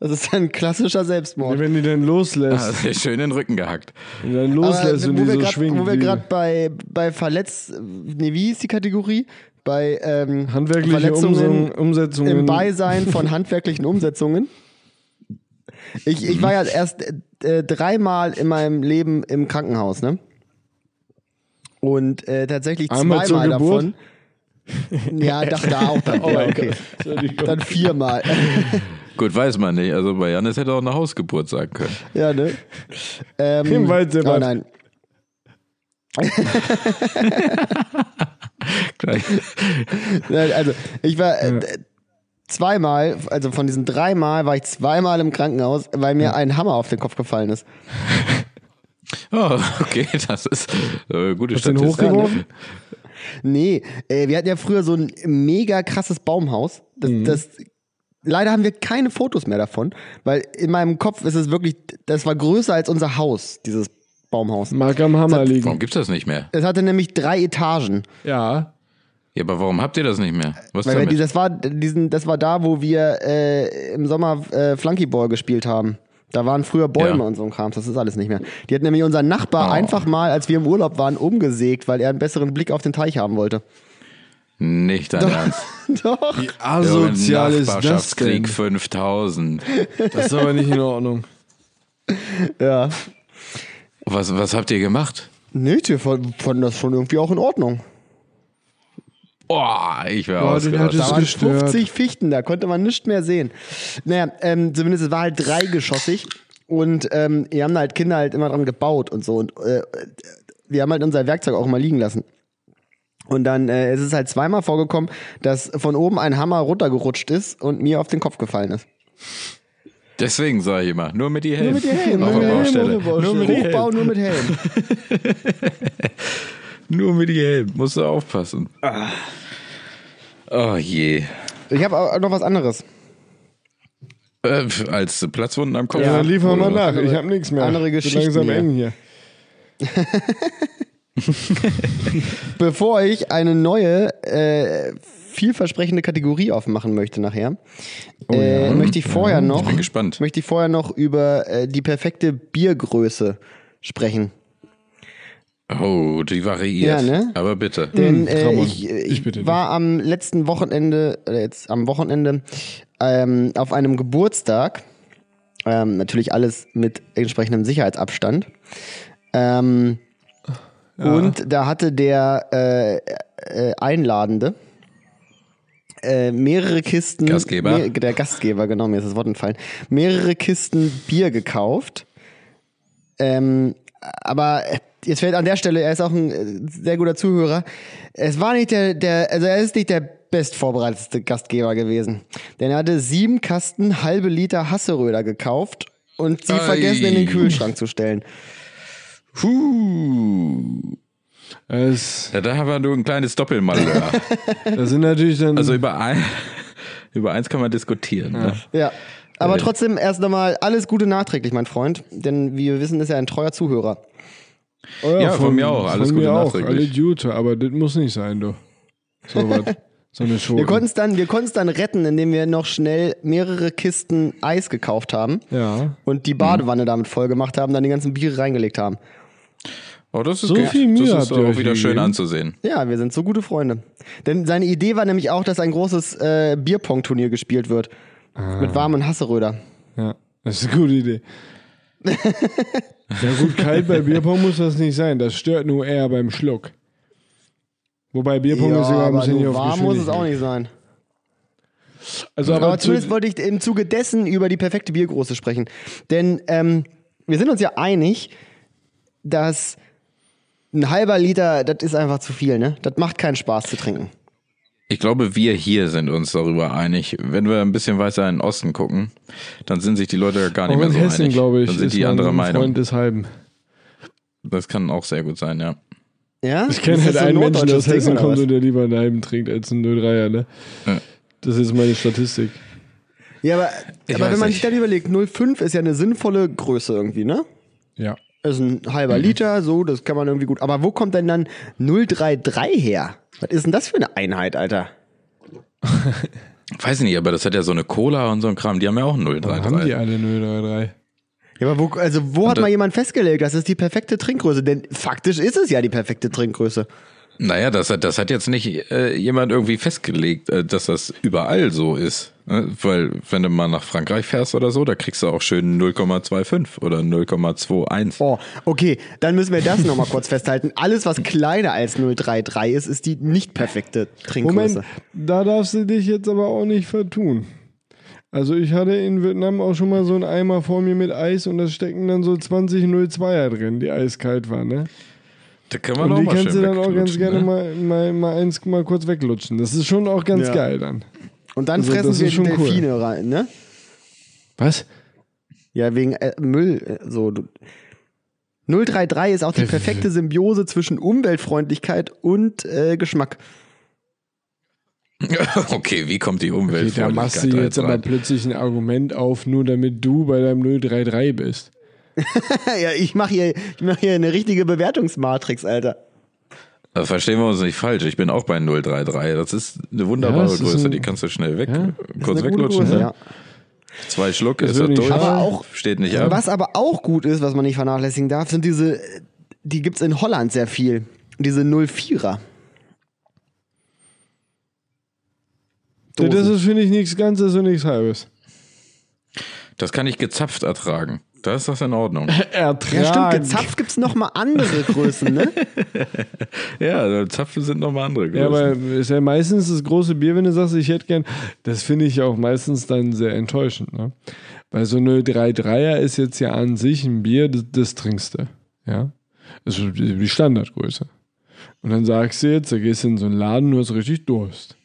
[SPEAKER 3] Das ist ein klassischer Selbstmord.
[SPEAKER 2] wenn die dann
[SPEAKER 1] Ah,
[SPEAKER 2] loslässt,
[SPEAKER 1] sehr schön in den Rücken gehackt.
[SPEAKER 2] wenn die dann
[SPEAKER 3] Aber
[SPEAKER 2] loslässt und
[SPEAKER 3] wo
[SPEAKER 2] die
[SPEAKER 3] wir
[SPEAKER 2] so
[SPEAKER 3] grad-
[SPEAKER 2] schwingt.
[SPEAKER 3] wo wir
[SPEAKER 2] die-
[SPEAKER 3] gerade bei, bei Verletz... Nee, wie ist die Kategorie? Bei ähm,
[SPEAKER 2] handwerkliche
[SPEAKER 3] Verletzungen
[SPEAKER 2] Umsung, Umsetzungen.
[SPEAKER 3] im Beisein von handwerklichen Umsetzungen. Ich, ich war ja erst äh, dreimal in meinem Leben im Krankenhaus, ne? Und äh, tatsächlich
[SPEAKER 2] Einmal zur
[SPEAKER 3] zweimal
[SPEAKER 2] Geburt?
[SPEAKER 3] davon. Ja, da, da auch dann.
[SPEAKER 2] Oh
[SPEAKER 3] ja,
[SPEAKER 2] mein
[SPEAKER 3] okay.
[SPEAKER 2] Gott. Entschuldigung.
[SPEAKER 3] Dann viermal.
[SPEAKER 1] Gut, weiß man nicht. Also bei Janis hätte auch eine Hausgeburt sagen können.
[SPEAKER 3] ja, ne? Ähm,
[SPEAKER 2] Im Wald,
[SPEAKER 3] oh,
[SPEAKER 2] Sebastian.
[SPEAKER 3] nein.
[SPEAKER 1] Gleich.
[SPEAKER 3] Nein, Also, ich war äh, d- zweimal, also von diesen dreimal war ich zweimal im Krankenhaus, weil mir ein Hammer auf den Kopf gefallen ist.
[SPEAKER 1] Oh, okay, das ist äh, gute
[SPEAKER 2] Hast du den
[SPEAKER 1] Statistik.
[SPEAKER 2] hochgeworfen?
[SPEAKER 3] Nee, äh, wir hatten ja früher so ein mega krasses Baumhaus. Das, das, leider haben wir keine Fotos mehr davon, weil in meinem Kopf ist es wirklich, das war größer als unser Haus, dieses Baumhaus.
[SPEAKER 2] Mag am Hammer
[SPEAKER 3] Das-
[SPEAKER 2] liegen.
[SPEAKER 1] Warum gibt's das nicht mehr?
[SPEAKER 3] Es hatte nämlich drei Etagen.
[SPEAKER 2] Ja.
[SPEAKER 1] Ja, aber warum habt ihr das nicht mehr? Was
[SPEAKER 3] Weil wir,
[SPEAKER 1] damit?
[SPEAKER 3] das, war, diesen, das war da, wo wir äh, im Sommer äh, Flunkyball gespielt haben. Da waren früher Bäume
[SPEAKER 1] Ja.
[SPEAKER 3] und so ein Krams, das ist alles nicht mehr. Die hat nämlich unseren Nachbar
[SPEAKER 1] Oh.
[SPEAKER 3] einfach mal, als wir im Urlaub waren, umgesägt, weil er einen besseren Blick auf den Teich haben wollte.
[SPEAKER 1] Nicht dein Ernst.
[SPEAKER 3] Doch.
[SPEAKER 2] Wie asozial ist das denn?
[SPEAKER 1] Nachbarschaftskrieg 5000.
[SPEAKER 2] Das ist aber nicht in Ordnung.
[SPEAKER 3] Ja.
[SPEAKER 1] Was, was habt ihr gemacht?
[SPEAKER 3] Nö, wir fanden fanden das schon irgendwie auch in Ordnung.
[SPEAKER 1] Boah, ich wäre
[SPEAKER 2] Boah, den
[SPEAKER 1] ausgerastet.
[SPEAKER 2] hattest
[SPEAKER 3] Da waren
[SPEAKER 2] gestört.
[SPEAKER 3] 50 Fichten, da konnte man nichts mehr sehen. Naja, ähm, zumindest es war halt dreigeschossig und ähm, wir haben halt Kinder halt immer dran gebaut und so und äh, wir haben halt unser Werkzeug auch mal liegen lassen. Und dann äh, es ist halt zweimal vorgekommen, dass von oben ein Hammer runtergerutscht ist und mir auf den Kopf gefallen ist.
[SPEAKER 1] Deswegen sage ich immer, nur mit die Helm.
[SPEAKER 3] mit die Helm,
[SPEAKER 1] auf
[SPEAKER 3] nur
[SPEAKER 1] der
[SPEAKER 3] mit die Helm,
[SPEAKER 1] Baustelle.
[SPEAKER 2] auf der
[SPEAKER 1] Nur
[SPEAKER 2] Baustelle.
[SPEAKER 1] mit die Helm.
[SPEAKER 3] Hochbau nur mit Helm.
[SPEAKER 1] Nur mit die Helm. Musst du aufpassen.
[SPEAKER 2] Ah.
[SPEAKER 1] Oh je.
[SPEAKER 3] Ich habe auch noch was anderes.
[SPEAKER 1] Äh, pf, als Platzwunden am Kopf.
[SPEAKER 2] Ja, dann liefern wir mal
[SPEAKER 1] Oder-
[SPEAKER 2] nach. Ich habe nichts mehr.
[SPEAKER 3] andere
[SPEAKER 2] Wird
[SPEAKER 3] Geschichten
[SPEAKER 2] langsam
[SPEAKER 3] hier.
[SPEAKER 2] eng hier.
[SPEAKER 3] Bevor ich eine neue, äh, vielversprechende Kategorie aufmachen möchte nachher, äh, möchte ich vorher noch,
[SPEAKER 1] bin gespannt.
[SPEAKER 3] möchte ich vorher noch über äh, die perfekte Biergröße sprechen.
[SPEAKER 1] Oh, die variiert.
[SPEAKER 3] Ja, ne?
[SPEAKER 1] Aber bitte.
[SPEAKER 3] Denn äh,
[SPEAKER 2] Mm, Ramon,
[SPEAKER 3] ich, äh,
[SPEAKER 2] ich
[SPEAKER 3] ich,
[SPEAKER 2] bitte dich.
[SPEAKER 3] war am letzten Wochenende, oder jetzt am Wochenende, ähm, auf einem Geburtstag. Ähm, natürlich alles mit entsprechendem Sicherheitsabstand. Ähm, Und da hatte der äh, äh, Einladende äh, mehrere Kisten.
[SPEAKER 1] Gastgeber.
[SPEAKER 3] Mehr, der Gastgeber, genau, mir ist das Wort entfallen. Mehrere Kisten Bier gekauft. Ähm, aber jetzt fällt an der Stelle, er ist auch ein äh, sehr guter Zuhörer. Es war nicht der, der also er ist nicht der bestvorbereitete Gastgeber gewesen. Denn er hatte sieben Kasten halbe Liter Hasseröder gekauft und sie
[SPEAKER 1] Ei.
[SPEAKER 3] vergessen in den Kühlschrank zu stellen.
[SPEAKER 1] Huh.
[SPEAKER 2] Es,
[SPEAKER 1] Ja, da haben wir nur ein kleines Doppelmalheur.
[SPEAKER 2] das sind natürlich dann.
[SPEAKER 1] also über, ein, über eins kann man diskutieren. Ne?
[SPEAKER 3] Ja. Aber trotzdem erst nochmal alles Gute nachträglich, mein Freund. Denn wie wir wissen, ist er ein treuer Zuhörer.
[SPEAKER 2] Oh
[SPEAKER 1] Ja, von mir auch. Alles
[SPEAKER 2] von
[SPEAKER 1] Gute
[SPEAKER 2] mir auch. Alle
[SPEAKER 1] nachträglich.
[SPEAKER 2] Jute, aber das muss nicht sein, du. So was. So eine Show.
[SPEAKER 3] Wir konnten es dann, wir konntens dann retten, indem wir noch schnell mehrere Kisten Eis gekauft haben
[SPEAKER 2] Ja.
[SPEAKER 3] und die Badewanne damit voll gemacht haben, dann die ganzen Biere reingelegt haben.
[SPEAKER 1] Oh, das ist
[SPEAKER 2] So
[SPEAKER 1] gut.
[SPEAKER 2] viel Mühe
[SPEAKER 1] Das
[SPEAKER 2] habt
[SPEAKER 1] ist
[SPEAKER 2] ihr
[SPEAKER 1] auch
[SPEAKER 2] euch
[SPEAKER 1] wieder schön
[SPEAKER 2] gegeben.
[SPEAKER 1] anzusehen.
[SPEAKER 3] Ja, wir sind so gute Freunde. Denn seine Idee war nämlich auch, dass ein großes äh, Bierpong-Turnier gespielt wird. Mit warmen Hasseröder.
[SPEAKER 2] Ja. Das ist eine gute Idee. ja, gut, kalt bei Bierpong muss das nicht sein. Das stört nur eher beim Schluck. Wobei Bierpong ist sogar ein bisschen
[SPEAKER 3] nur
[SPEAKER 2] nicht auf
[SPEAKER 3] warm muss es
[SPEAKER 2] Geschwindigkeit.
[SPEAKER 3] auch nicht sein.
[SPEAKER 2] Also, aber,
[SPEAKER 3] Aber
[SPEAKER 2] zu,
[SPEAKER 3] zumindest wollte ich im Zuge dessen über die perfekte Biergröße sprechen. Denn ähm, wir sind uns ja einig, dass ein halber Liter, das ist einfach zu viel, ne? Das macht keinen Spaß zu trinken.
[SPEAKER 1] Ich glaube, wir hier sind uns darüber einig. Wenn wir ein bisschen weiter in den Osten gucken, dann sind sich die Leute ja gar nicht
[SPEAKER 2] auch
[SPEAKER 1] mehr
[SPEAKER 2] in
[SPEAKER 1] so
[SPEAKER 2] Hessen,
[SPEAKER 1] einig.
[SPEAKER 2] glaube ich,
[SPEAKER 1] dann sind
[SPEAKER 2] ist
[SPEAKER 1] die
[SPEAKER 2] man
[SPEAKER 1] anderer
[SPEAKER 2] ein
[SPEAKER 1] Meinung.
[SPEAKER 2] Freund des Halben.
[SPEAKER 1] Das kann auch sehr gut sein, ja.
[SPEAKER 3] Ja?
[SPEAKER 2] Ich kenne
[SPEAKER 3] Ist
[SPEAKER 2] halt
[SPEAKER 3] das so
[SPEAKER 2] einen Menschen, der aus
[SPEAKER 3] norddeutsches
[SPEAKER 2] Hessen
[SPEAKER 3] Ding, oder
[SPEAKER 2] kommt
[SPEAKER 3] was?
[SPEAKER 2] und der lieber einen halben trinkt als einen 03er, ne?
[SPEAKER 1] Ja.
[SPEAKER 2] Das ist meine Statistik.
[SPEAKER 3] Ja, aber,
[SPEAKER 1] Ich
[SPEAKER 3] aber
[SPEAKER 1] weiß
[SPEAKER 3] wenn man sich
[SPEAKER 1] nicht.
[SPEAKER 3] dann überlegt, 0,5 ist ja eine sinnvolle Größe irgendwie, ne?
[SPEAKER 2] Ja.
[SPEAKER 3] Das ist ein halber Liter, so, das kann man irgendwie gut. Aber wo kommt denn dann 0,33 her? Was ist denn das für eine Einheit, Alter?
[SPEAKER 1] Weiß nicht, aber das hat ja so eine Cola und so ein Kram. Die haben ja auch
[SPEAKER 2] Dann haben die
[SPEAKER 1] 033.
[SPEAKER 2] alle 033.
[SPEAKER 3] Ja, aber wo, also wo hat
[SPEAKER 1] da-
[SPEAKER 3] mal jemand festgelegt, das ist die perfekte Trinkgröße? Denn faktisch ist es ja die perfekte Trinkgröße.
[SPEAKER 1] Naja, das hat, das hat jetzt nicht äh, jemand irgendwie festgelegt, äh, dass das überall so ist. Ne? Weil, wenn du mal nach Frankreich fährst oder so, da kriegst du auch schön 0,25 oder 0,21.
[SPEAKER 3] Oh, okay, dann müssen wir das nochmal kurz festhalten. Alles, was kleiner als 033 ist, ist die nicht perfekte Trinkgröße.
[SPEAKER 2] Moment, da darfst du dich jetzt aber auch nicht vertun. Also ich hatte in Vietnam auch schon mal so einen Eimer vor mir mit Eis und da stecken dann so 20 02er drin, die eiskalt waren, ne?
[SPEAKER 1] Da kann man
[SPEAKER 2] Und
[SPEAKER 1] auch
[SPEAKER 2] die
[SPEAKER 1] mal schön
[SPEAKER 2] kannst du dann auch ganz
[SPEAKER 1] weglutschen,
[SPEAKER 2] gerne
[SPEAKER 1] ne?
[SPEAKER 2] mal, mal, mal eins mal kurz weglutschen. Das ist schon auch ganz
[SPEAKER 3] Ja.
[SPEAKER 2] geil dann.
[SPEAKER 3] Und dann
[SPEAKER 2] Also,
[SPEAKER 3] fressen
[SPEAKER 2] das
[SPEAKER 3] wir
[SPEAKER 2] ist schon cool.
[SPEAKER 3] Delfine rein, ne?
[SPEAKER 2] Was?
[SPEAKER 3] Ja, wegen äh, Müll, äh, so. Du. 033 ist auch die perfekte Symbiose zwischen Umweltfreundlichkeit und äh, Geschmack.
[SPEAKER 1] Okay, wie kommt die
[SPEAKER 2] Okay,
[SPEAKER 1] Umwelt
[SPEAKER 2] da machst du jetzt aber
[SPEAKER 1] rein?
[SPEAKER 2] plötzlich ein Argument auf, nur damit du bei deinem 033 bist.
[SPEAKER 3] ja, ich mache hier, ich mach hier eine richtige Bewertungsmatrix, Alter.
[SPEAKER 1] Äh, Verstehen wir uns nicht falsch, ich bin auch bei 033. Das ist eine wunderbare
[SPEAKER 2] Ja, das ist
[SPEAKER 1] Größe,
[SPEAKER 2] ein-
[SPEAKER 1] die kannst du schnell weg, äh,
[SPEAKER 2] Ja,
[SPEAKER 1] kurz
[SPEAKER 2] eine gute
[SPEAKER 1] weglutschen.
[SPEAKER 2] Größe.
[SPEAKER 1] ne?
[SPEAKER 3] Ja.
[SPEAKER 1] Zwei Schluck
[SPEAKER 2] Das
[SPEAKER 1] ist
[SPEAKER 2] wird
[SPEAKER 1] er
[SPEAKER 2] nicht
[SPEAKER 1] durch,
[SPEAKER 2] schaden.
[SPEAKER 3] Aber auch-
[SPEAKER 1] steht nicht ab.
[SPEAKER 3] Was aber auch gut ist, was man nicht vernachlässigen darf, sind diese, äh, die gibt's in Holland sehr viel. Diese 04er.
[SPEAKER 2] Ja, das
[SPEAKER 3] Dosen.
[SPEAKER 2] ist, finde ich, nichts Ganzes und nichts Halbes.
[SPEAKER 1] Das kann ich gezapft ertragen. Da ist das in Ordnung.
[SPEAKER 2] Ertrag.
[SPEAKER 3] Ja, stimmt, gezapft gibt's noch mal andere Größen, ne?
[SPEAKER 1] ja, Zapfen sind nochmal andere
[SPEAKER 2] Ja,
[SPEAKER 1] Größen.
[SPEAKER 2] aber ist ja meistens das große Bier, wenn du sagst, ich hätte gern. Das finde ich auch meistens dann sehr enttäuschend. Ne? Weil so eine 3,3er ist jetzt ja an sich ein Bier, das, das trinkst du. Ja? Also die die Standardgröße. Und dann sagst du jetzt, da gehst du in so einen Laden, du hast richtig Durst.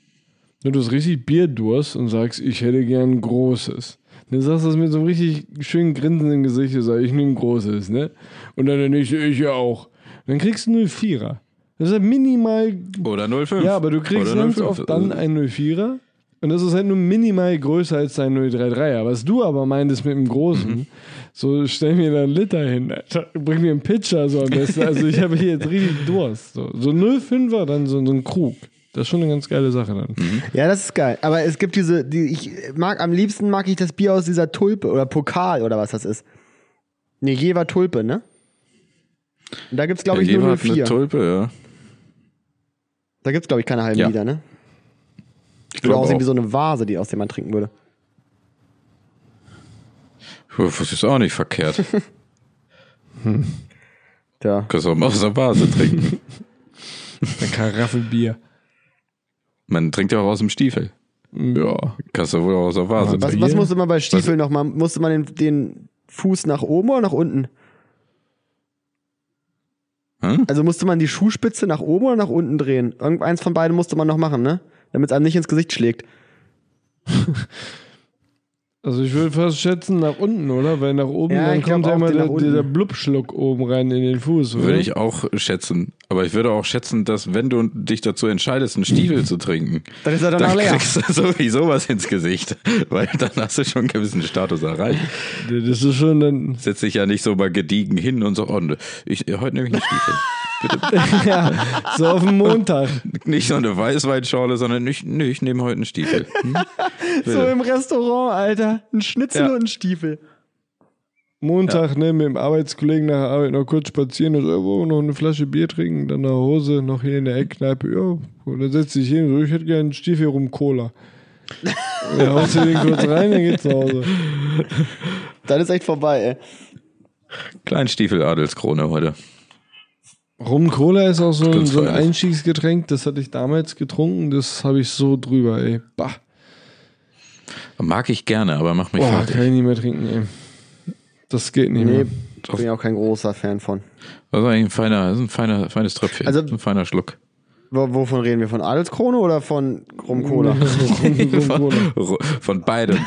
[SPEAKER 2] Ne, Du hast richtig Bierdurst und sagst, ich hätte gern ein großes. Dann sagst du das mit so einem richtig schönen Grinsen im Gesicht, du sagst, ich nehme ein großes, ne? Und dann der nächste, ich ja auch. Dann kriegst du einen 04er. Das ist halt minimal
[SPEAKER 1] Oder 05.
[SPEAKER 2] ja, aber du kriegst
[SPEAKER 1] Oder äh,
[SPEAKER 2] ganz
[SPEAKER 1] 05.
[SPEAKER 2] oft dann einen 04er und das ist halt nur minimal größer als dein 033er. Was du aber meintest mit dem Großen,
[SPEAKER 1] Mhm.
[SPEAKER 2] so stell mir da einen Liter hin, Alter. bring mir einen Pitcher so am besten. Also ich habe hier jetzt richtig Durst. So, so 05er, dann so, so ein Krug. Das ist schon eine ganz geile Sache dann.
[SPEAKER 1] Mhm.
[SPEAKER 3] Ja, das ist geil. Aber es gibt diese, die ich mag, am liebsten mag ich das Bier aus dieser Tulpe oder Pokal oder was das ist. Nee, Jever Tulpe, ne? Und da gibt's, glaube ich,
[SPEAKER 1] Jeder
[SPEAKER 3] nur
[SPEAKER 1] hat eine
[SPEAKER 3] 04.
[SPEAKER 1] Tulpe, ja.
[SPEAKER 3] Da gibt's, glaube ich, keine halben
[SPEAKER 1] Ja.
[SPEAKER 3] Liter, ne?
[SPEAKER 1] Ich
[SPEAKER 3] Würde
[SPEAKER 1] glaub
[SPEAKER 3] aussehen
[SPEAKER 1] auch.
[SPEAKER 3] wie so eine Vase, die aus der man trinken würde.
[SPEAKER 1] Das ist auch nicht verkehrt.
[SPEAKER 3] Ja.
[SPEAKER 1] Kannst auch mal aus der Vase trinken.
[SPEAKER 2] Eine Karaffe Bier.
[SPEAKER 1] Man trinkt ja auch aus dem Stiefel.
[SPEAKER 2] Ja.
[SPEAKER 1] Kannst du wohl auch so wahr sein.
[SPEAKER 3] Was,
[SPEAKER 2] Also
[SPEAKER 3] was
[SPEAKER 2] hier-
[SPEAKER 3] musste man bei Stiefeln nochmal? Musste man den, den Fuß nach oben oder nach unten?
[SPEAKER 1] Hm?
[SPEAKER 3] Also musste man die Schuhspitze nach oben oder nach unten drehen? Irgendeins von beiden musste man noch machen, ne? Damit es einem nicht ins Gesicht schlägt.
[SPEAKER 2] Also ich würde fast schätzen nach unten, oder? Weil nach oben,
[SPEAKER 3] Ja,
[SPEAKER 2] dann
[SPEAKER 3] ich glaub
[SPEAKER 2] kommt ja
[SPEAKER 3] auch,
[SPEAKER 2] immer
[SPEAKER 3] den
[SPEAKER 2] der,
[SPEAKER 3] nach unten.
[SPEAKER 2] dieser Blubschluck oben rein in den Fuß, oder?
[SPEAKER 1] Würde ich auch schätzen. Aber ich würde auch schätzen, dass wenn du dich dazu entscheidest, einen Stiefel zu trinken,
[SPEAKER 3] Dann ist er danach
[SPEAKER 1] dann
[SPEAKER 3] leer.
[SPEAKER 1] kriegst du sowieso was ins Gesicht. Weil dann hast du schon einen gewissen Status erreicht.
[SPEAKER 2] Das ist schon dann...
[SPEAKER 1] Setz dich ja nicht so mal gediegen hin und so, oh, ne, ich, heute nehme ich einen Stiefel.
[SPEAKER 2] ja, so auf den Montag.
[SPEAKER 1] Nicht so eine Weißweinschorle, sondern ich, nee, ich nehme heute einen Stiefel. Hm?
[SPEAKER 3] So im Restaurant, Alter. Ein Schnitzel
[SPEAKER 2] Ja.
[SPEAKER 3] und ein Stiefel.
[SPEAKER 2] Montag ne, mit dem Arbeitskollegen nach der Arbeit noch kurz spazieren und irgendwo noch eine Flasche Bier trinken, dann nach Hause, noch hier in der Eckkneipe. Ja, und dann setzt sich hin, so, ich hätte gerne einen Stiefel rum Cola. Dann haust du den kurz rein, dann geht's nach Hause.
[SPEAKER 3] Dann ist echt vorbei, ey.
[SPEAKER 1] Kleinstiefel Adelskrone heute.
[SPEAKER 2] Rum Cola ist auch so ein,
[SPEAKER 1] Ganz
[SPEAKER 2] so ein
[SPEAKER 1] feines.
[SPEAKER 2] Einstiegsgetränk, das hatte ich damals getrunken, das habe ich so drüber, ey. Bah,
[SPEAKER 1] Mag ich gerne, aber mach mich
[SPEAKER 3] Oh.
[SPEAKER 2] boah,
[SPEAKER 1] fertig.
[SPEAKER 2] kann ich nicht mehr trinken, ey. Das geht nicht
[SPEAKER 3] Nee,
[SPEAKER 2] mehr.
[SPEAKER 3] bin ich auch kein großer Fan von.
[SPEAKER 1] Das ist eigentlich ein feiner, das ist ein feiner, feines Tröpfchen.
[SPEAKER 3] Also-
[SPEAKER 1] Das ist ein feiner Schluck.
[SPEAKER 3] W wovon reden wir? Von Adelskrone oder von Rum-Cola?
[SPEAKER 2] Rum Cola.
[SPEAKER 1] Ru- Von beidem.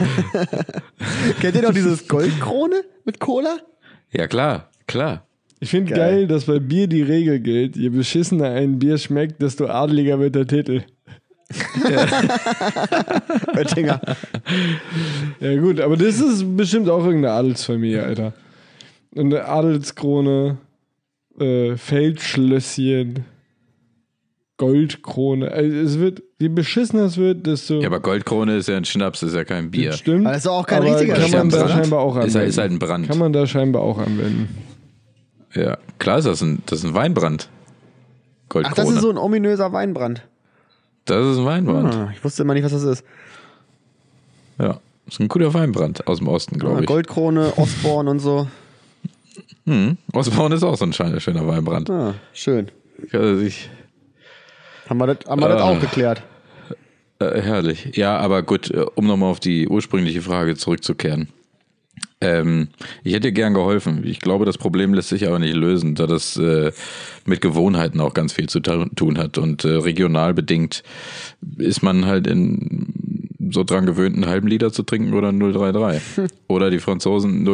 [SPEAKER 3] Kennt ihr noch dieses Goldkrone mit Cola?
[SPEAKER 1] Ja, klar, klar.
[SPEAKER 2] Ich finde
[SPEAKER 3] Geil.
[SPEAKER 2] geil. dass bei Bier die Regel gilt, je beschissener ein Bier schmeckt, desto adliger wird der Titel.
[SPEAKER 3] Oettinger.
[SPEAKER 2] Ja gut, aber das ist bestimmt auch irgendeine Adelsfamilie, Alter. Und eine Adelskrone, äh, Feldschlösschen, Goldkrone. Also es wird, je beschissener es wird, desto...
[SPEAKER 1] Ja, aber Goldkrone ist ja ein Schnaps, ist ja kein Bier.
[SPEAKER 2] Stimmt.
[SPEAKER 3] Aber das ist doch auch kein
[SPEAKER 2] aber
[SPEAKER 3] richtiger
[SPEAKER 2] Kann man
[SPEAKER 1] Schnaps,
[SPEAKER 2] da
[SPEAKER 1] oder?
[SPEAKER 2] scheinbar auch
[SPEAKER 1] Ist
[SPEAKER 2] anwenden.
[SPEAKER 1] halt- ist halt ein Brand.
[SPEAKER 2] Kann man da scheinbar auch anwenden.
[SPEAKER 1] Ja, klar ist das ein, das ist ein Weinbrand. Goldkrone.
[SPEAKER 3] Ach, das ist so ein ominöser Weinbrand.
[SPEAKER 1] ein Weinbrand.
[SPEAKER 3] Ah, Ich wusste immer nicht, was das ist.
[SPEAKER 1] Ja. Ist ein guter Weinbrand aus dem Osten,
[SPEAKER 3] Ah,
[SPEAKER 1] glaube ich.
[SPEAKER 3] Goldkrone, Ostborn und so.
[SPEAKER 1] Ostbraun ist auch so ein schein- schöner Weinbrand.
[SPEAKER 3] Ah, schön.
[SPEAKER 1] Also ich,
[SPEAKER 3] Haben wir das, haben wir das
[SPEAKER 1] Ah.
[SPEAKER 3] auch geklärt.
[SPEAKER 1] äh, herrlich. Ja, aber gut, äh, um nochmal auf die ursprüngliche Frage zurückzukehren. Ähm, ich hätte gern geholfen. Ich glaube, das Problem lässt sich aber nicht lösen, da das äh, mit Gewohnheiten auch ganz viel zu ta- tun hat. Und äh, regional bedingt ist man halt in so dran gewöhnt, einen halben Liter zu trinken oder 0,33. oder die Franzosen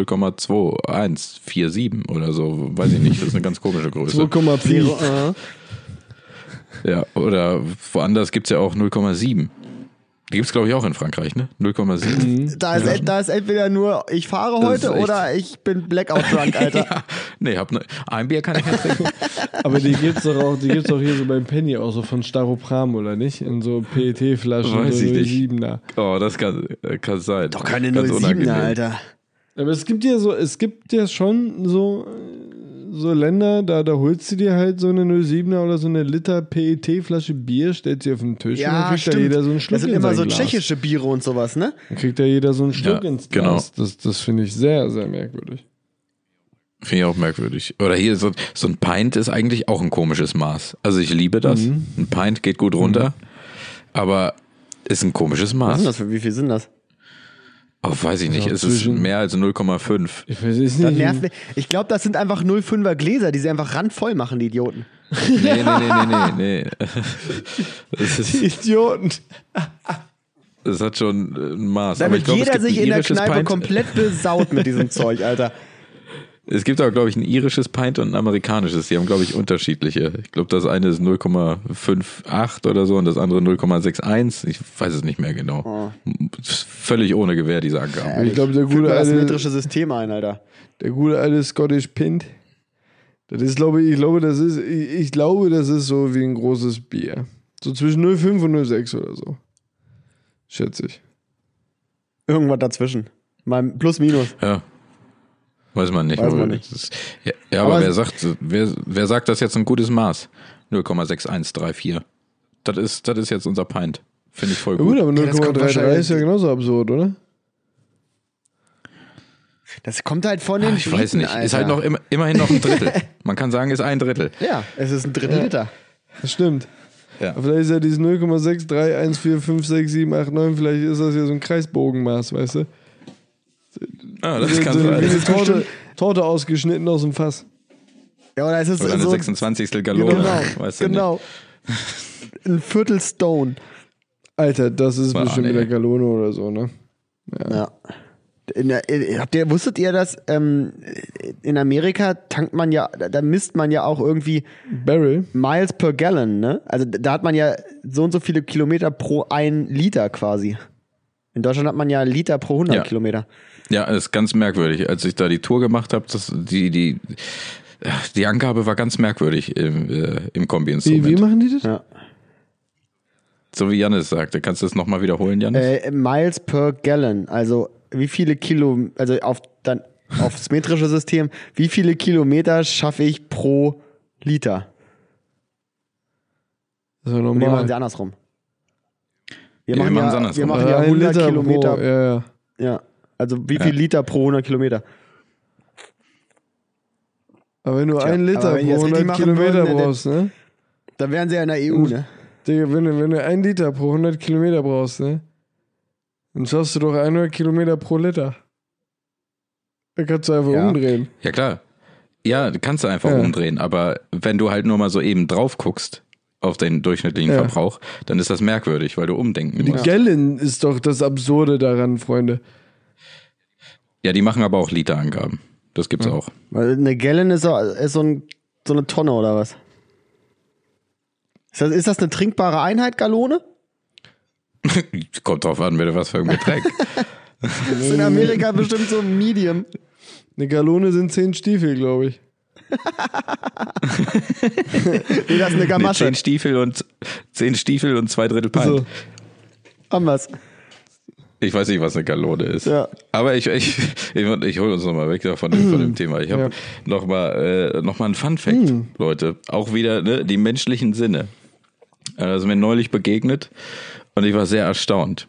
[SPEAKER 1] 0,2147 oder so. Weiß ich nicht, das ist eine ganz komische Größe.
[SPEAKER 2] 2,4.
[SPEAKER 3] Zero, äh.
[SPEAKER 1] Ja, oder woanders gibt's ja auch 0,7. Die gibt's glaube ich, auch in Frankreich, ne? 0,7.
[SPEAKER 3] äh. Da ist, ent- da ist entweder nur, ich
[SPEAKER 1] Das
[SPEAKER 3] fahre
[SPEAKER 1] ist
[SPEAKER 3] heute
[SPEAKER 1] echt-
[SPEAKER 3] oder ich bin Blackout drunk, Alter.
[SPEAKER 1] ja, nee, hab ne, ein Bier kann ich nicht trinken.
[SPEAKER 2] Aber die gibt's doch auch, die gibt's doch hier so beim Penny auch so von Staropram, oder nicht? In so PET-Flaschen,
[SPEAKER 1] Weiß
[SPEAKER 2] so
[SPEAKER 1] ich nicht.
[SPEAKER 2] 7er.
[SPEAKER 1] Oh, das kann, äh, kann sein.
[SPEAKER 3] Doch keine
[SPEAKER 1] Ganz
[SPEAKER 3] 07er,
[SPEAKER 1] unangenehm.
[SPEAKER 3] Alter.
[SPEAKER 2] Aber es gibt ja so, es gibt ja schon so, äh, so Länder, da, da holst du dir halt so eine 07er oder so eine Liter PET-Flasche Bier, stellst sie auf den Tisch und dann
[SPEAKER 3] Ja,
[SPEAKER 2] kriegt
[SPEAKER 3] stimmt.
[SPEAKER 2] da jeder so einen Schluck
[SPEAKER 3] das sind
[SPEAKER 2] in
[SPEAKER 3] immer
[SPEAKER 2] sein
[SPEAKER 3] so
[SPEAKER 2] Glas.
[SPEAKER 3] tschechische Biere und sowas, ne?
[SPEAKER 2] Dann kriegt da jeder so einen Schluck
[SPEAKER 1] Ja,
[SPEAKER 2] ins
[SPEAKER 1] genau.
[SPEAKER 2] Glas. Das, das finde ich sehr, sehr merkwürdig.
[SPEAKER 1] Finde ich auch merkwürdig. Oder hier, so, so ein Pint ist eigentlich auch ein komisches Maß. Also ich liebe das.
[SPEAKER 3] Mhm.
[SPEAKER 1] Ein Pint geht gut runter, aber ist ein komisches
[SPEAKER 3] Was
[SPEAKER 1] Maß.
[SPEAKER 3] sind das Genau, für, wie viel sind das?
[SPEAKER 1] Oh, weiß ich nicht.
[SPEAKER 2] Ja,
[SPEAKER 1] Es ist
[SPEAKER 2] zwischen-
[SPEAKER 1] mehr als 0,5.
[SPEAKER 2] Ich weiß es
[SPEAKER 3] Das
[SPEAKER 2] nicht.
[SPEAKER 3] nervt mich. Ich glaube, das sind einfach 05er Gläser, die sie einfach randvoll machen, die Idioten.
[SPEAKER 1] Nee, nee, nee, nee, nee. nee. Das ist,
[SPEAKER 2] Idioten.
[SPEAKER 1] Das hat schon äh, ein Maß. aber ich
[SPEAKER 3] Damit
[SPEAKER 1] glaub, es gibt
[SPEAKER 3] jeder sich
[SPEAKER 1] ein
[SPEAKER 3] in der
[SPEAKER 1] irisches
[SPEAKER 3] Kneipe
[SPEAKER 1] Pint.
[SPEAKER 3] komplett besaut mit diesem Zeug, Alter.
[SPEAKER 1] Es gibt aber, glaube ich, ein irisches Pint und ein amerikanisches. Die haben, glaube ich, unterschiedliche. Ich glaube, das eine ist 0,58 oder so und das andere 0,61. Ich weiß es nicht mehr genau.
[SPEAKER 3] Oh.
[SPEAKER 1] Völlig ohne Gewehr, diese Angaben.
[SPEAKER 2] Ich glaube, der
[SPEAKER 3] Führt
[SPEAKER 2] gute
[SPEAKER 3] mal das
[SPEAKER 2] alte
[SPEAKER 3] metrische System ein, Alter.
[SPEAKER 2] Der gute alte Scottish Pint. Das ist, glaube ich, ich glaube, das ist, ich, ich glaube, das ist so wie ein großes Bier. So zwischen 05 und 06 oder so. Schätze ich.
[SPEAKER 3] Irgendwas dazwischen. Mal plus minus.
[SPEAKER 1] Ja. Weiß man nicht.
[SPEAKER 3] Weiß man
[SPEAKER 1] aber
[SPEAKER 3] nicht.
[SPEAKER 1] das ist- Ja, ja, aber,
[SPEAKER 3] Aber
[SPEAKER 1] wer
[SPEAKER 3] es-
[SPEAKER 1] sagt, wer, wer sagt das jetzt ein gutes Maß? 0,6134. Das ist, das ist jetzt unser Pint. Finde ich voll
[SPEAKER 2] Ja,
[SPEAKER 1] gut.
[SPEAKER 2] gut, aber
[SPEAKER 3] Ja, das kommt
[SPEAKER 2] 0,33 ist ja genauso absurd, oder?
[SPEAKER 3] Das kommt halt von den
[SPEAKER 1] Ich weiß
[SPEAKER 3] Briten,
[SPEAKER 1] nicht.
[SPEAKER 3] Alter.
[SPEAKER 1] Ist halt noch immer, immerhin noch ein Drittel. Man kann sagen, ist ein Drittel.
[SPEAKER 3] Ja, es ist ein Drittel Liter.
[SPEAKER 2] Das stimmt.
[SPEAKER 1] Ja.
[SPEAKER 2] Aber Vielleicht ist ja dieses 0,63145678,9, vielleicht ist das ja so ein Kreisbogenmaß, weißt du?
[SPEAKER 1] Ah, das
[SPEAKER 2] so,
[SPEAKER 1] kann
[SPEAKER 2] so wie
[SPEAKER 1] sein.
[SPEAKER 2] eine
[SPEAKER 3] Das ist
[SPEAKER 2] Torte,
[SPEAKER 3] bestimmt-
[SPEAKER 2] Torte ausgeschnitten aus dem Fass.
[SPEAKER 3] Ja, oder ist es
[SPEAKER 1] Oder eine
[SPEAKER 3] so,
[SPEAKER 1] 26. Gallone.
[SPEAKER 3] genau,
[SPEAKER 1] weißt du
[SPEAKER 3] genau. ein Viertel Stone.
[SPEAKER 2] Alter, das ist
[SPEAKER 1] Ah,
[SPEAKER 2] bestimmt
[SPEAKER 1] nee.
[SPEAKER 2] mit der Galone oder so, ne?
[SPEAKER 3] Ja. In, der- in, habt ihr, wusstet ihr, dass ähm, in Amerika tankt man ja, da da misst man ja auch irgendwie
[SPEAKER 2] Barrel?
[SPEAKER 3] Miles per Gallon, ne? Also da da hat man ja so und so viele Kilometer pro ein Liter quasi. In Deutschland hat man ja Liter pro 100
[SPEAKER 1] Ja.
[SPEAKER 3] Kilometer.
[SPEAKER 1] Ja, das ist ganz merkwürdig. Als ich da die Tour gemacht habe, das- die, die, die Angabe war ganz merkwürdig im, äh, im
[SPEAKER 2] Wie, wie
[SPEAKER 1] Kombi-Instrument.
[SPEAKER 2] machen die das?
[SPEAKER 3] Ja.
[SPEAKER 1] So wie Janis sagte. Kannst du das nochmal wiederholen, Janis?
[SPEAKER 3] Äh, Miles per Gallon, also wie viele Kilo, also auf dann aufs metrische System, wie viele Kilometer schaffe ich pro Liter?
[SPEAKER 2] Das ist ja
[SPEAKER 3] Und wir machen
[SPEAKER 2] normal.
[SPEAKER 3] sie andersrum.
[SPEAKER 1] Ja, wir machen's andersrum.
[SPEAKER 3] Wir machen
[SPEAKER 2] Äh,
[SPEAKER 3] ja
[SPEAKER 2] ein
[SPEAKER 3] 100
[SPEAKER 2] Liter
[SPEAKER 3] Kilometer.
[SPEAKER 2] Pro, ja, ja.
[SPEAKER 3] Ja, also wie viel Liter pro 100 Kilometer?
[SPEAKER 2] Aber wenn du einen Liter
[SPEAKER 3] aber wenn die das
[SPEAKER 2] pro
[SPEAKER 3] richtig
[SPEAKER 2] 100
[SPEAKER 3] machen würden,
[SPEAKER 2] Kilometer
[SPEAKER 3] dann-
[SPEAKER 2] brauchst, ne?
[SPEAKER 3] Dann wären sie ja in der EU, ne?
[SPEAKER 2] Digga, wenn du, wenn du einen Liter pro 100 Kilometer brauchst, ne? Dann schaffst du doch 100 Kilometer pro Liter. Da kannst du einfach
[SPEAKER 3] Ja.
[SPEAKER 2] umdrehen.
[SPEAKER 1] Ja, klar. Ja, kannst du einfach
[SPEAKER 2] Ja.
[SPEAKER 1] umdrehen. Aber wenn du halt nur mal so eben drauf guckst auf den durchschnittlichen
[SPEAKER 2] Ja.
[SPEAKER 1] Verbrauch, dann ist das merkwürdig, weil du umdenken
[SPEAKER 2] Die
[SPEAKER 1] musst.
[SPEAKER 2] Gallon ist doch das Absurde daran, Freunde.
[SPEAKER 1] Ja, die machen aber auch Literangaben. Das gibt's auch.
[SPEAKER 3] Weil eine Gallon ist so, ist so, ein, so eine Tonne oder was? Ist das, ist das eine trinkbare Einheit, Gallone?
[SPEAKER 1] Kommt drauf an, bitte, was für ein Getränk.
[SPEAKER 3] Das ist in Amerika bestimmt so ein Medium.
[SPEAKER 2] Eine Gallone sind 10 Stiefel, glaube ich.
[SPEAKER 3] Nee, das ist eine
[SPEAKER 1] Nee,
[SPEAKER 3] Gamasche.
[SPEAKER 1] zehn Stiefel und zehn Stiefel und zwei Drittel Pint.
[SPEAKER 2] So.
[SPEAKER 3] Haben wir's.
[SPEAKER 1] Ich weiß nicht, was eine Gallone ist.
[SPEAKER 3] Ja.
[SPEAKER 1] Aber ich, ich, ich, ich hole uns nochmal weg da von dem, von dem Thema. Ich habe
[SPEAKER 2] Ja. Hm.
[SPEAKER 1] nochmal äh, noch mal ein Fun Fact, Leute. Auch wieder ne, die menschlichen Sinne. Äh, Das ist mir neulich begegnet und ich war sehr erstaunt.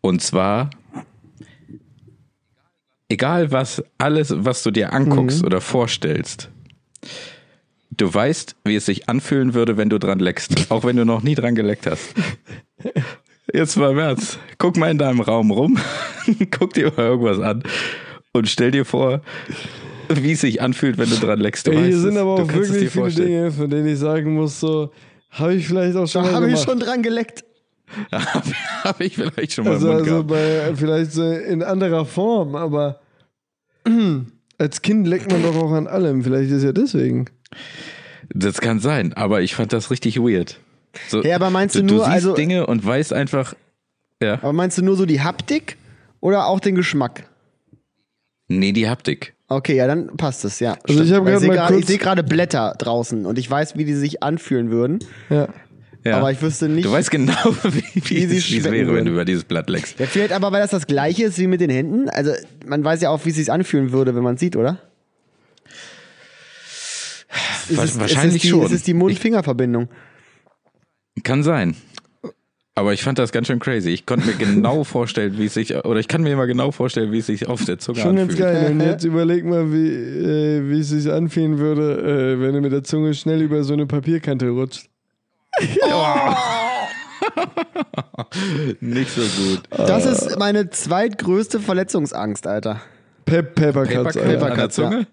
[SPEAKER 1] Und zwar, egal was, alles, was du dir
[SPEAKER 2] Mhm.
[SPEAKER 1] anguckst oder vorstellst, du weißt, wie es sich anfühlen würde, wenn du dran leckst. Auch wenn du noch nie dran geleckt hast. Jetzt mal im Ernst. Guck mal in deinem Raum rum. Guck dir mal irgendwas an. Und stell dir vor, wie es sich anfühlt, wenn du dran leckst. Du
[SPEAKER 2] Ey,
[SPEAKER 1] weißt
[SPEAKER 2] hier sind
[SPEAKER 1] es.
[SPEAKER 2] aber
[SPEAKER 1] du
[SPEAKER 2] auch
[SPEAKER 1] kannst es
[SPEAKER 2] wirklich
[SPEAKER 1] dir
[SPEAKER 2] viele
[SPEAKER 1] vorstellen.
[SPEAKER 2] Dinge, von denen ich sagen muss, so, habe ich vielleicht auch schon
[SPEAKER 3] Da
[SPEAKER 2] mal
[SPEAKER 3] habe ich
[SPEAKER 2] gemacht.
[SPEAKER 3] schon dran geleckt.
[SPEAKER 1] Habe ich vielleicht schon mal
[SPEAKER 2] also,
[SPEAKER 1] im Mund
[SPEAKER 2] also
[SPEAKER 1] gehabt.
[SPEAKER 2] bei, vielleicht so in anderer Form, aber als Kind leckt man doch auch an allem. Vielleicht ist ja deswegen.
[SPEAKER 1] Das kann sein, aber ich fand das richtig weird. So,
[SPEAKER 3] Ja, aber meinst du
[SPEAKER 1] du
[SPEAKER 3] nur,
[SPEAKER 1] siehst
[SPEAKER 3] also-
[SPEAKER 1] Dinge und weißt einfach, ja,
[SPEAKER 3] Aber meinst du nur so die Haptik oder auch den Geschmack?
[SPEAKER 1] nee, die Haptik.
[SPEAKER 3] Okay, ja, dann passt es, ja.
[SPEAKER 2] Also ich
[SPEAKER 3] stimmt.
[SPEAKER 2] hab
[SPEAKER 3] Weil
[SPEAKER 2] grad
[SPEAKER 3] sehe
[SPEAKER 2] mal
[SPEAKER 3] gerade- ich
[SPEAKER 2] kurz-
[SPEAKER 3] sehe gerade Blätter draußen und ich weiß, wie die sich anfühlen würden.
[SPEAKER 2] Ja.
[SPEAKER 1] Ja.
[SPEAKER 3] Aber ich wüsste nicht-
[SPEAKER 1] Du weißt genau, wie, wie,
[SPEAKER 3] sie
[SPEAKER 1] es, wie es
[SPEAKER 3] schmecken
[SPEAKER 1] wäre, wenn
[SPEAKER 3] würden.
[SPEAKER 1] du über dieses Blatt leckst.
[SPEAKER 3] Ja, vielleicht aber, weil das das gleiche ist wie mit den Händen. Also man weiß ja auch, wie es sich anfühlen würde, wenn man es sieht, oder? Es
[SPEAKER 1] Wa-
[SPEAKER 3] ist- es
[SPEAKER 1] wahrscheinlich
[SPEAKER 3] ist die,
[SPEAKER 1] schon.
[SPEAKER 3] Es ist die Mund-Finger-Verbindung.
[SPEAKER 1] Kann sein. Aber ich fand das ganz schön crazy. Ich konnte mir genau vorstellen, wie es sich, oder ich kann mir immer genau vorstellen, wie es sich auf der Zunge
[SPEAKER 2] Schon ganz
[SPEAKER 1] anfühlt.
[SPEAKER 2] geil. Und jetzt überleg mal, wie, äh, wie es sich anfühlen würde, äh, wenn du mit der Zunge schnell über so eine Papierkante rutscht.
[SPEAKER 1] Oh! Nicht so gut.
[SPEAKER 3] Das ist meine zweitgrößte Verletzungsangst, Alter.
[SPEAKER 2] Pep Papercuts,
[SPEAKER 1] Papercut
[SPEAKER 2] Alter.
[SPEAKER 1] an der
[SPEAKER 3] Papercuts,
[SPEAKER 1] Zunge?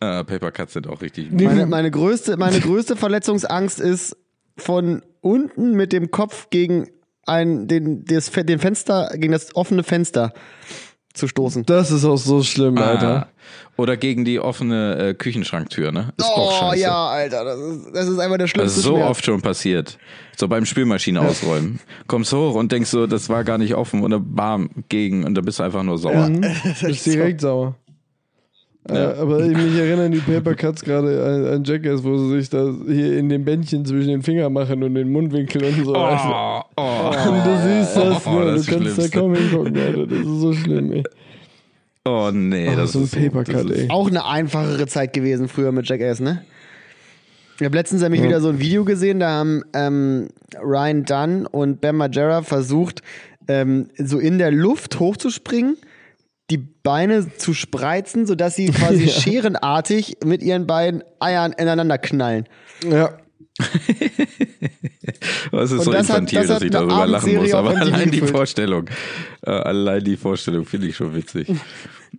[SPEAKER 1] Ah, Papercuts sind auch richtig.
[SPEAKER 3] Meine, meine, größte, meine größte Verletzungsangst ist von unten mit dem Kopf gegen ein, den, des, Fe- den Fenster, gegen das offene Fenster zu stoßen.
[SPEAKER 2] Das ist auch so schlimm, Alter.
[SPEAKER 1] Ah. Oder gegen die offene äh, Küchenschranktür, ne? Ist auch
[SPEAKER 3] Oh
[SPEAKER 1] scheiße.
[SPEAKER 3] ja, Alter, das ist, das ist einfach der
[SPEAKER 1] Das
[SPEAKER 3] schlimmste
[SPEAKER 1] ist so
[SPEAKER 3] Schmerz.
[SPEAKER 1] oft schon passiert. So beim Spülmaschine ausräumen. Kommst hoch und denkst so, das war gar nicht offen und dann bam, gegen und dann bist du einfach nur sauer.
[SPEAKER 2] Bist direkt sauer. Äh, aber ich mich erinnern die Papercuts gerade an, an Jackass, wo sie sich das hier in den Bändchen zwischen den Fingern machen und den Mundwinkel und so. Alter.
[SPEAKER 1] Oh, oh,
[SPEAKER 2] Und du siehst das,
[SPEAKER 1] Oh,
[SPEAKER 2] ne?
[SPEAKER 1] das ist
[SPEAKER 2] du kannst
[SPEAKER 1] das
[SPEAKER 2] da kaum hingucken, Alter. Das ist so schlimm, ey.
[SPEAKER 1] oh nee,
[SPEAKER 2] Oh,
[SPEAKER 1] das
[SPEAKER 2] so ein
[SPEAKER 1] ist
[SPEAKER 2] Papercut,
[SPEAKER 1] das ist-
[SPEAKER 2] ey.
[SPEAKER 3] auch eine einfachere Zeit gewesen früher mit Jackass, ne? Ich habe letztens nämlich wieder so ein Video gesehen, da haben ähm, Ryan Dunn und Ben Margera versucht, ähm, so in der Luft hochzuspringen, die Beine zu spreizen, sodass sie quasi scherenartig mit ihren beiden Eiern ineinander knallen.
[SPEAKER 2] Ja.
[SPEAKER 1] Es ist
[SPEAKER 3] Und
[SPEAKER 1] so
[SPEAKER 3] das hat-
[SPEAKER 1] infantil,
[SPEAKER 3] das
[SPEAKER 1] dass
[SPEAKER 3] hat
[SPEAKER 1] ich
[SPEAKER 3] eine
[SPEAKER 1] darüber lachen muss,
[SPEAKER 3] Abendserie auf
[SPEAKER 1] aber
[SPEAKER 3] MTV
[SPEAKER 1] allein die
[SPEAKER 3] gefüllt.
[SPEAKER 1] Vorstellung, äh, allein die Vorstellung finde ich schon witzig.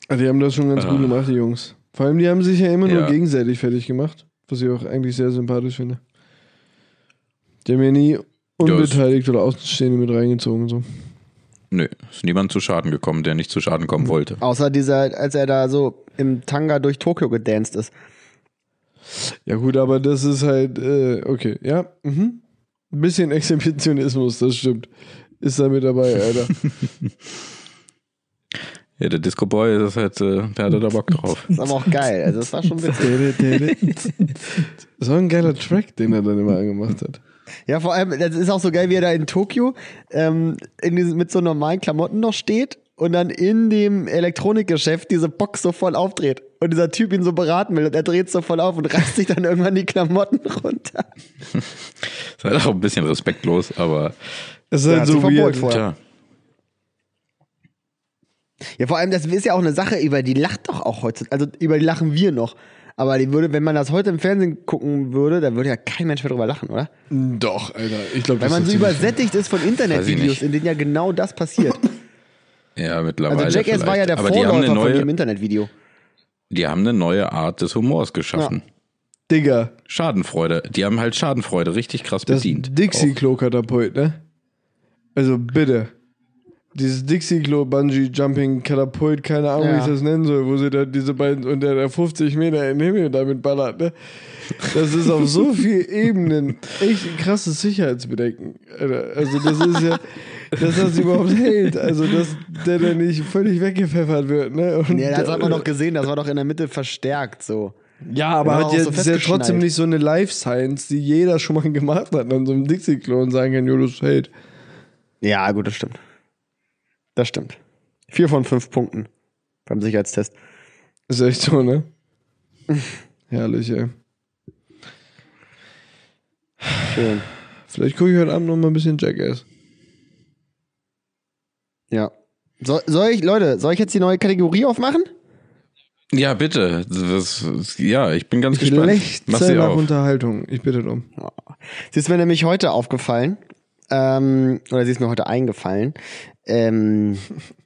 [SPEAKER 2] Ah, Die haben das schon ganz gut gemacht, die Jungs. Vor allem, die haben sich ja immer
[SPEAKER 1] Ja.
[SPEAKER 2] nur gegenseitig fertig gemacht, was ich auch eigentlich sehr sympathisch finde. Die haben ja nie unbeteiligt oder Außenstehende mit reingezogen. und So.
[SPEAKER 1] Nö, ist niemand zu Schaden gekommen, der nicht zu Schaden kommen wollte.
[SPEAKER 3] Außer dieser, als er da so im Tanga durch Tokio gedanced ist.
[SPEAKER 2] Ja, gut, aber das ist halt, äh, okay, ja. Mhm. Ein bisschen Exhibitionismus, das stimmt. Ist da mit dabei, Alter.
[SPEAKER 1] Ja, der Disco Boy, das hat, äh, der hatte da Bock drauf.
[SPEAKER 3] Ist aber auch geil. Also, das war schon witzig.
[SPEAKER 2] Das war ein geiler Track, den er dann immer angemacht hat.
[SPEAKER 3] Ja, vor allem, das ist auch so geil, wie er da in Tokio ähm, in diesem, mit so normalen Klamotten noch steht und dann in dem Elektronikgeschäft diese Box so voll aufdreht. Und dieser Typ ihn so beraten will und er dreht so voll auf und reißt sich dann irgendwann die Klamotten runter.
[SPEAKER 1] Ist halt auch ein bisschen respektlos, aber
[SPEAKER 2] Das ist
[SPEAKER 3] Der
[SPEAKER 2] halt
[SPEAKER 3] hat
[SPEAKER 2] so
[SPEAKER 3] sie verbeult
[SPEAKER 2] weird.
[SPEAKER 1] tja.
[SPEAKER 3] vorher. Ja, vor allem, das ist ja auch eine Sache, über die lacht doch auch heute. Also über die lachen wir noch. Aber die würde, wenn man das heute im Fernsehen gucken würde, dann würde ja kein Mensch mehr drüber lachen, oder?
[SPEAKER 2] Doch, Alter. Ich glaube,
[SPEAKER 3] Weil man so übersättigt ist von
[SPEAKER 1] Weiß ich nicht.
[SPEAKER 3] Internetvideos, in denen ja genau das passiert.
[SPEAKER 1] Ja, mittlerweile.
[SPEAKER 3] Also Jackass war ja
[SPEAKER 1] vielleicht.
[SPEAKER 3] der
[SPEAKER 1] aber die haben,
[SPEAKER 3] Vorläufer
[SPEAKER 1] eine
[SPEAKER 3] von dem
[SPEAKER 1] neue,
[SPEAKER 3] Internetvideo.
[SPEAKER 1] die haben eine neue Art des Humors geschaffen.
[SPEAKER 2] Digga,
[SPEAKER 1] Schadenfreude. Die haben halt Schadenfreude richtig krass
[SPEAKER 2] das
[SPEAKER 1] bedient.
[SPEAKER 2] Dixie-Klo-Katapult, ne? Also bitte. Dieses Dixie-Klo-Bungee-Jumping-Katapult, keine Ahnung, wie
[SPEAKER 3] Ja.
[SPEAKER 2] ich das nennen soll, wo sie da diese beiden unter der 50 Meter in den Himmel damit ballert, ne? Das ist auf so vielen Ebenen echt ein krasses Sicherheitsbedenken. Alter. Also das ist ja, dass das überhaupt hält. Also dass der da nicht völlig weggepfeffert wird, ne? Und
[SPEAKER 3] Ja, das hat man doch gesehen, das war doch in der Mitte verstärkt so.
[SPEAKER 2] Ja, aber
[SPEAKER 3] Ja,
[SPEAKER 2] hat
[SPEAKER 3] auch genau
[SPEAKER 2] jetzt
[SPEAKER 3] so
[SPEAKER 2] ist ja
[SPEAKER 3] festgeschnallt.
[SPEAKER 2] trotzdem nicht so eine Life-Science, die jeder schon mal gemacht hat, an so einem Dixie-Klo und sagen kann, jo, das hält.
[SPEAKER 3] Ja, gut, das stimmt. Das stimmt. Vier von fünf Punkten beim Sicherheitstest.
[SPEAKER 2] Ist echt so, ne? Herrlich, ey.
[SPEAKER 3] Schön.
[SPEAKER 2] Vielleicht gucke ich heute Abend noch mal ein bisschen Jackass.
[SPEAKER 3] Ja. So, soll ich, Leute, soll ich jetzt die neue Kategorie aufmachen?
[SPEAKER 1] Oh. Ja, bitte. Das, das- ja, ich bin ganz
[SPEAKER 2] Ich
[SPEAKER 1] gespannt. Mach
[SPEAKER 2] lechze
[SPEAKER 1] sie
[SPEAKER 2] nach
[SPEAKER 1] auf.
[SPEAKER 2] Unterhaltung. Ich bitte darum.
[SPEAKER 3] Sie ist mir nämlich heute aufgefallen, ähm, oder sie ist mir heute eingefallen, ähm,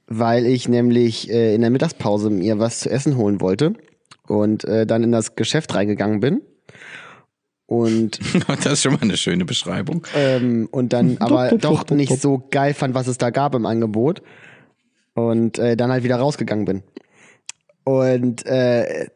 [SPEAKER 3] weil ich nämlich äh, in der Mittagspause mir was zu essen holen wollte und äh, dann in das Geschäft reingegangen bin. Und
[SPEAKER 1] Das ist schon mal eine schöne Beschreibung.
[SPEAKER 3] ähm, und dann aber
[SPEAKER 2] top, top,
[SPEAKER 3] doch
[SPEAKER 2] top,
[SPEAKER 3] nicht
[SPEAKER 2] top.
[SPEAKER 3] so geil fand, was es da gab im Angebot. Und äh, dann halt wieder rausgegangen bin. Und äh,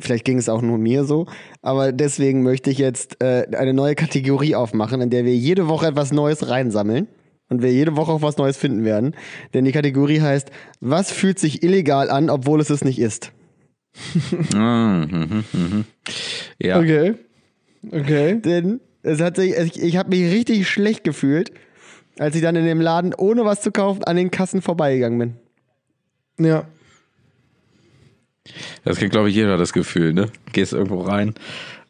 [SPEAKER 3] vielleicht ging es auch nur mir so, aber deswegen möchte ich jetzt äh, eine neue Kategorie aufmachen, in der wir jede Woche etwas Neues reinsammeln und wir jede Woche auch was Neues finden werden. Denn die Kategorie heißt, was fühlt sich illegal an, obwohl es es nicht ist?
[SPEAKER 1] Ah, mhm, mhm. Ja,
[SPEAKER 2] Okay. Okay.
[SPEAKER 3] Denn es hat sich, ich, ich habe mich richtig schlecht gefühlt, als ich dann in dem Laden ohne was zu kaufen an den Kassen vorbeigegangen bin.
[SPEAKER 2] Ja.
[SPEAKER 1] das kennt, glaube ich, jeder das Gefühl, ne? Gehst irgendwo rein.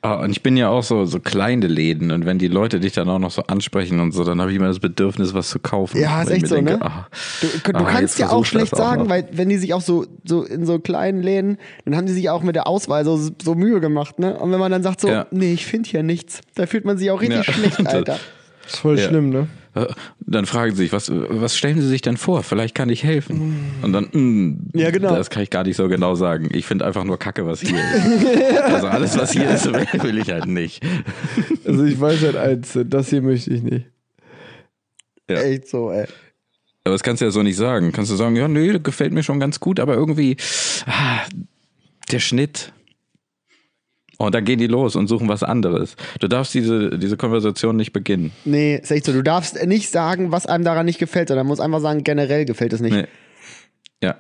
[SPEAKER 1] Ah, und ich bin ja auch so, so kleine Läden und wenn die Leute dich dann auch noch so ansprechen und so, dann habe ich immer das Bedürfnis, was zu kaufen.
[SPEAKER 3] Ja, ist
[SPEAKER 1] Weil ich
[SPEAKER 3] echt
[SPEAKER 1] mir
[SPEAKER 3] so, ne?
[SPEAKER 1] ah,
[SPEAKER 3] Du, du
[SPEAKER 1] ah,
[SPEAKER 3] kannst
[SPEAKER 1] jetzt
[SPEAKER 3] ja
[SPEAKER 1] versuch
[SPEAKER 3] auch
[SPEAKER 1] ich
[SPEAKER 3] schlecht
[SPEAKER 1] das
[SPEAKER 3] sagen,
[SPEAKER 1] noch.
[SPEAKER 3] weil wenn die sich auch so, so in so kleinen Läden, dann haben die sich auch mit der Auswahl so, so Mühe gemacht, ne? Und wenn man dann sagt so,
[SPEAKER 1] Ja.
[SPEAKER 3] nee, ich finde hier nichts, da fühlt man sich auch richtig
[SPEAKER 1] Ja.
[SPEAKER 3] schlecht, Alter.
[SPEAKER 2] Ist voll
[SPEAKER 1] Ja.
[SPEAKER 2] schlimm, ne?
[SPEAKER 1] Äh, Dann fragen sie sich, was, was stellen sie sich denn vor? Vielleicht kann ich helfen. Und dann, mh,
[SPEAKER 3] Mm. Ja, genau.
[SPEAKER 1] das kann ich gar nicht so genau sagen. Ich finde einfach nur Kacke, was hier ist. Also alles, was hier ist, will ich halt nicht.
[SPEAKER 2] Also ich weiß halt eins, das hier möchte ich nicht.
[SPEAKER 1] Ja.
[SPEAKER 3] Echt so, ey.
[SPEAKER 1] Aber das kannst du ja so nicht sagen. Kannst du sagen, ja, nö, das gefällt mir schon ganz gut, aber irgendwie ah, der Schnitt. Oh, Und dann gehen die los und suchen was anderes. Du darfst diese, diese Konversation nicht beginnen.
[SPEAKER 3] Nee, ist echt so. Du darfst nicht sagen, was einem daran nicht gefällt, sondern musst einfach sagen, generell gefällt es nicht.
[SPEAKER 1] Nee. Ja.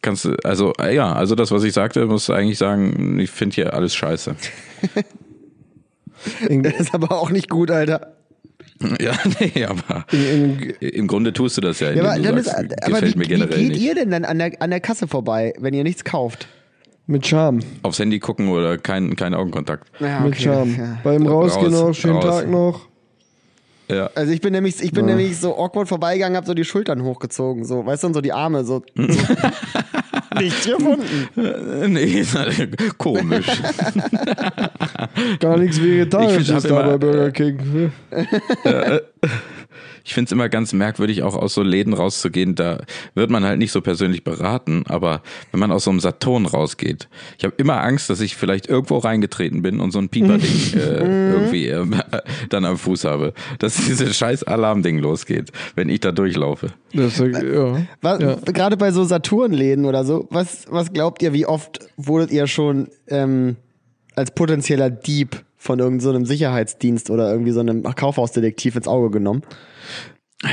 [SPEAKER 1] Kannst du, also, äh, ja, also das, was ich sagte, musst du eigentlich sagen, ich finde hier alles scheiße.
[SPEAKER 2] In, in,
[SPEAKER 3] Das ist aber auch nicht gut, Alter.
[SPEAKER 1] Ja, nee, aber
[SPEAKER 2] in,
[SPEAKER 1] im Grunde tust du das ja, indem
[SPEAKER 3] aber,
[SPEAKER 1] du
[SPEAKER 3] dann
[SPEAKER 1] sagst,
[SPEAKER 3] ist, aber
[SPEAKER 1] gefällt
[SPEAKER 3] wie,
[SPEAKER 1] mir generell
[SPEAKER 3] wie geht
[SPEAKER 1] nicht.
[SPEAKER 3] ihr denn dann an der, an der Kasse vorbei, wenn ihr nichts kauft?
[SPEAKER 2] mit Charme.
[SPEAKER 1] Aufs Handy gucken oder kein, kein Augenkontakt.
[SPEAKER 3] Ja,
[SPEAKER 2] Mit
[SPEAKER 3] okay,
[SPEAKER 2] Charme.
[SPEAKER 3] ja.
[SPEAKER 2] Beim Rausgehen
[SPEAKER 1] Raus,
[SPEAKER 2] auch, schönen
[SPEAKER 1] raus.
[SPEAKER 2] Tag noch.
[SPEAKER 1] Ja.
[SPEAKER 3] Also ich bin nämlich, ich bin nämlich so awkward vorbeigegangen, habe so die Schultern hochgezogen, so, weißt du, und so die Arme, so. so. Nichts gefunden.
[SPEAKER 1] Äh, Nee, ist halt komisch.
[SPEAKER 2] Gar nichts
[SPEAKER 1] Ich
[SPEAKER 2] vegetarisch
[SPEAKER 1] find, hab
[SPEAKER 2] ist da
[SPEAKER 1] immer-
[SPEAKER 2] bei Burger King.
[SPEAKER 1] Ich finde es immer ganz merkwürdig, auch aus so Läden rauszugehen. Da wird man halt nicht so persönlich beraten, aber wenn man aus so einem Saturn rausgeht, ich habe immer Angst, dass ich vielleicht irgendwo reingetreten bin und so ein Pieperding äh, irgendwie ähm, dann am Fuß habe, dass dieses scheiß Alarmding losgeht, wenn ich da durchlaufe.
[SPEAKER 2] Das, ja.
[SPEAKER 3] Was,
[SPEAKER 2] Ja.
[SPEAKER 3] Gerade bei so Saturnläden oder so, was, was glaubt ihr, wie oft wurdet ihr schon ähm, als potenzieller Dieb von irgendeinem so einem Sicherheitsdienst oder irgendwie so einem Kaufhausdetektiv ins Auge genommen?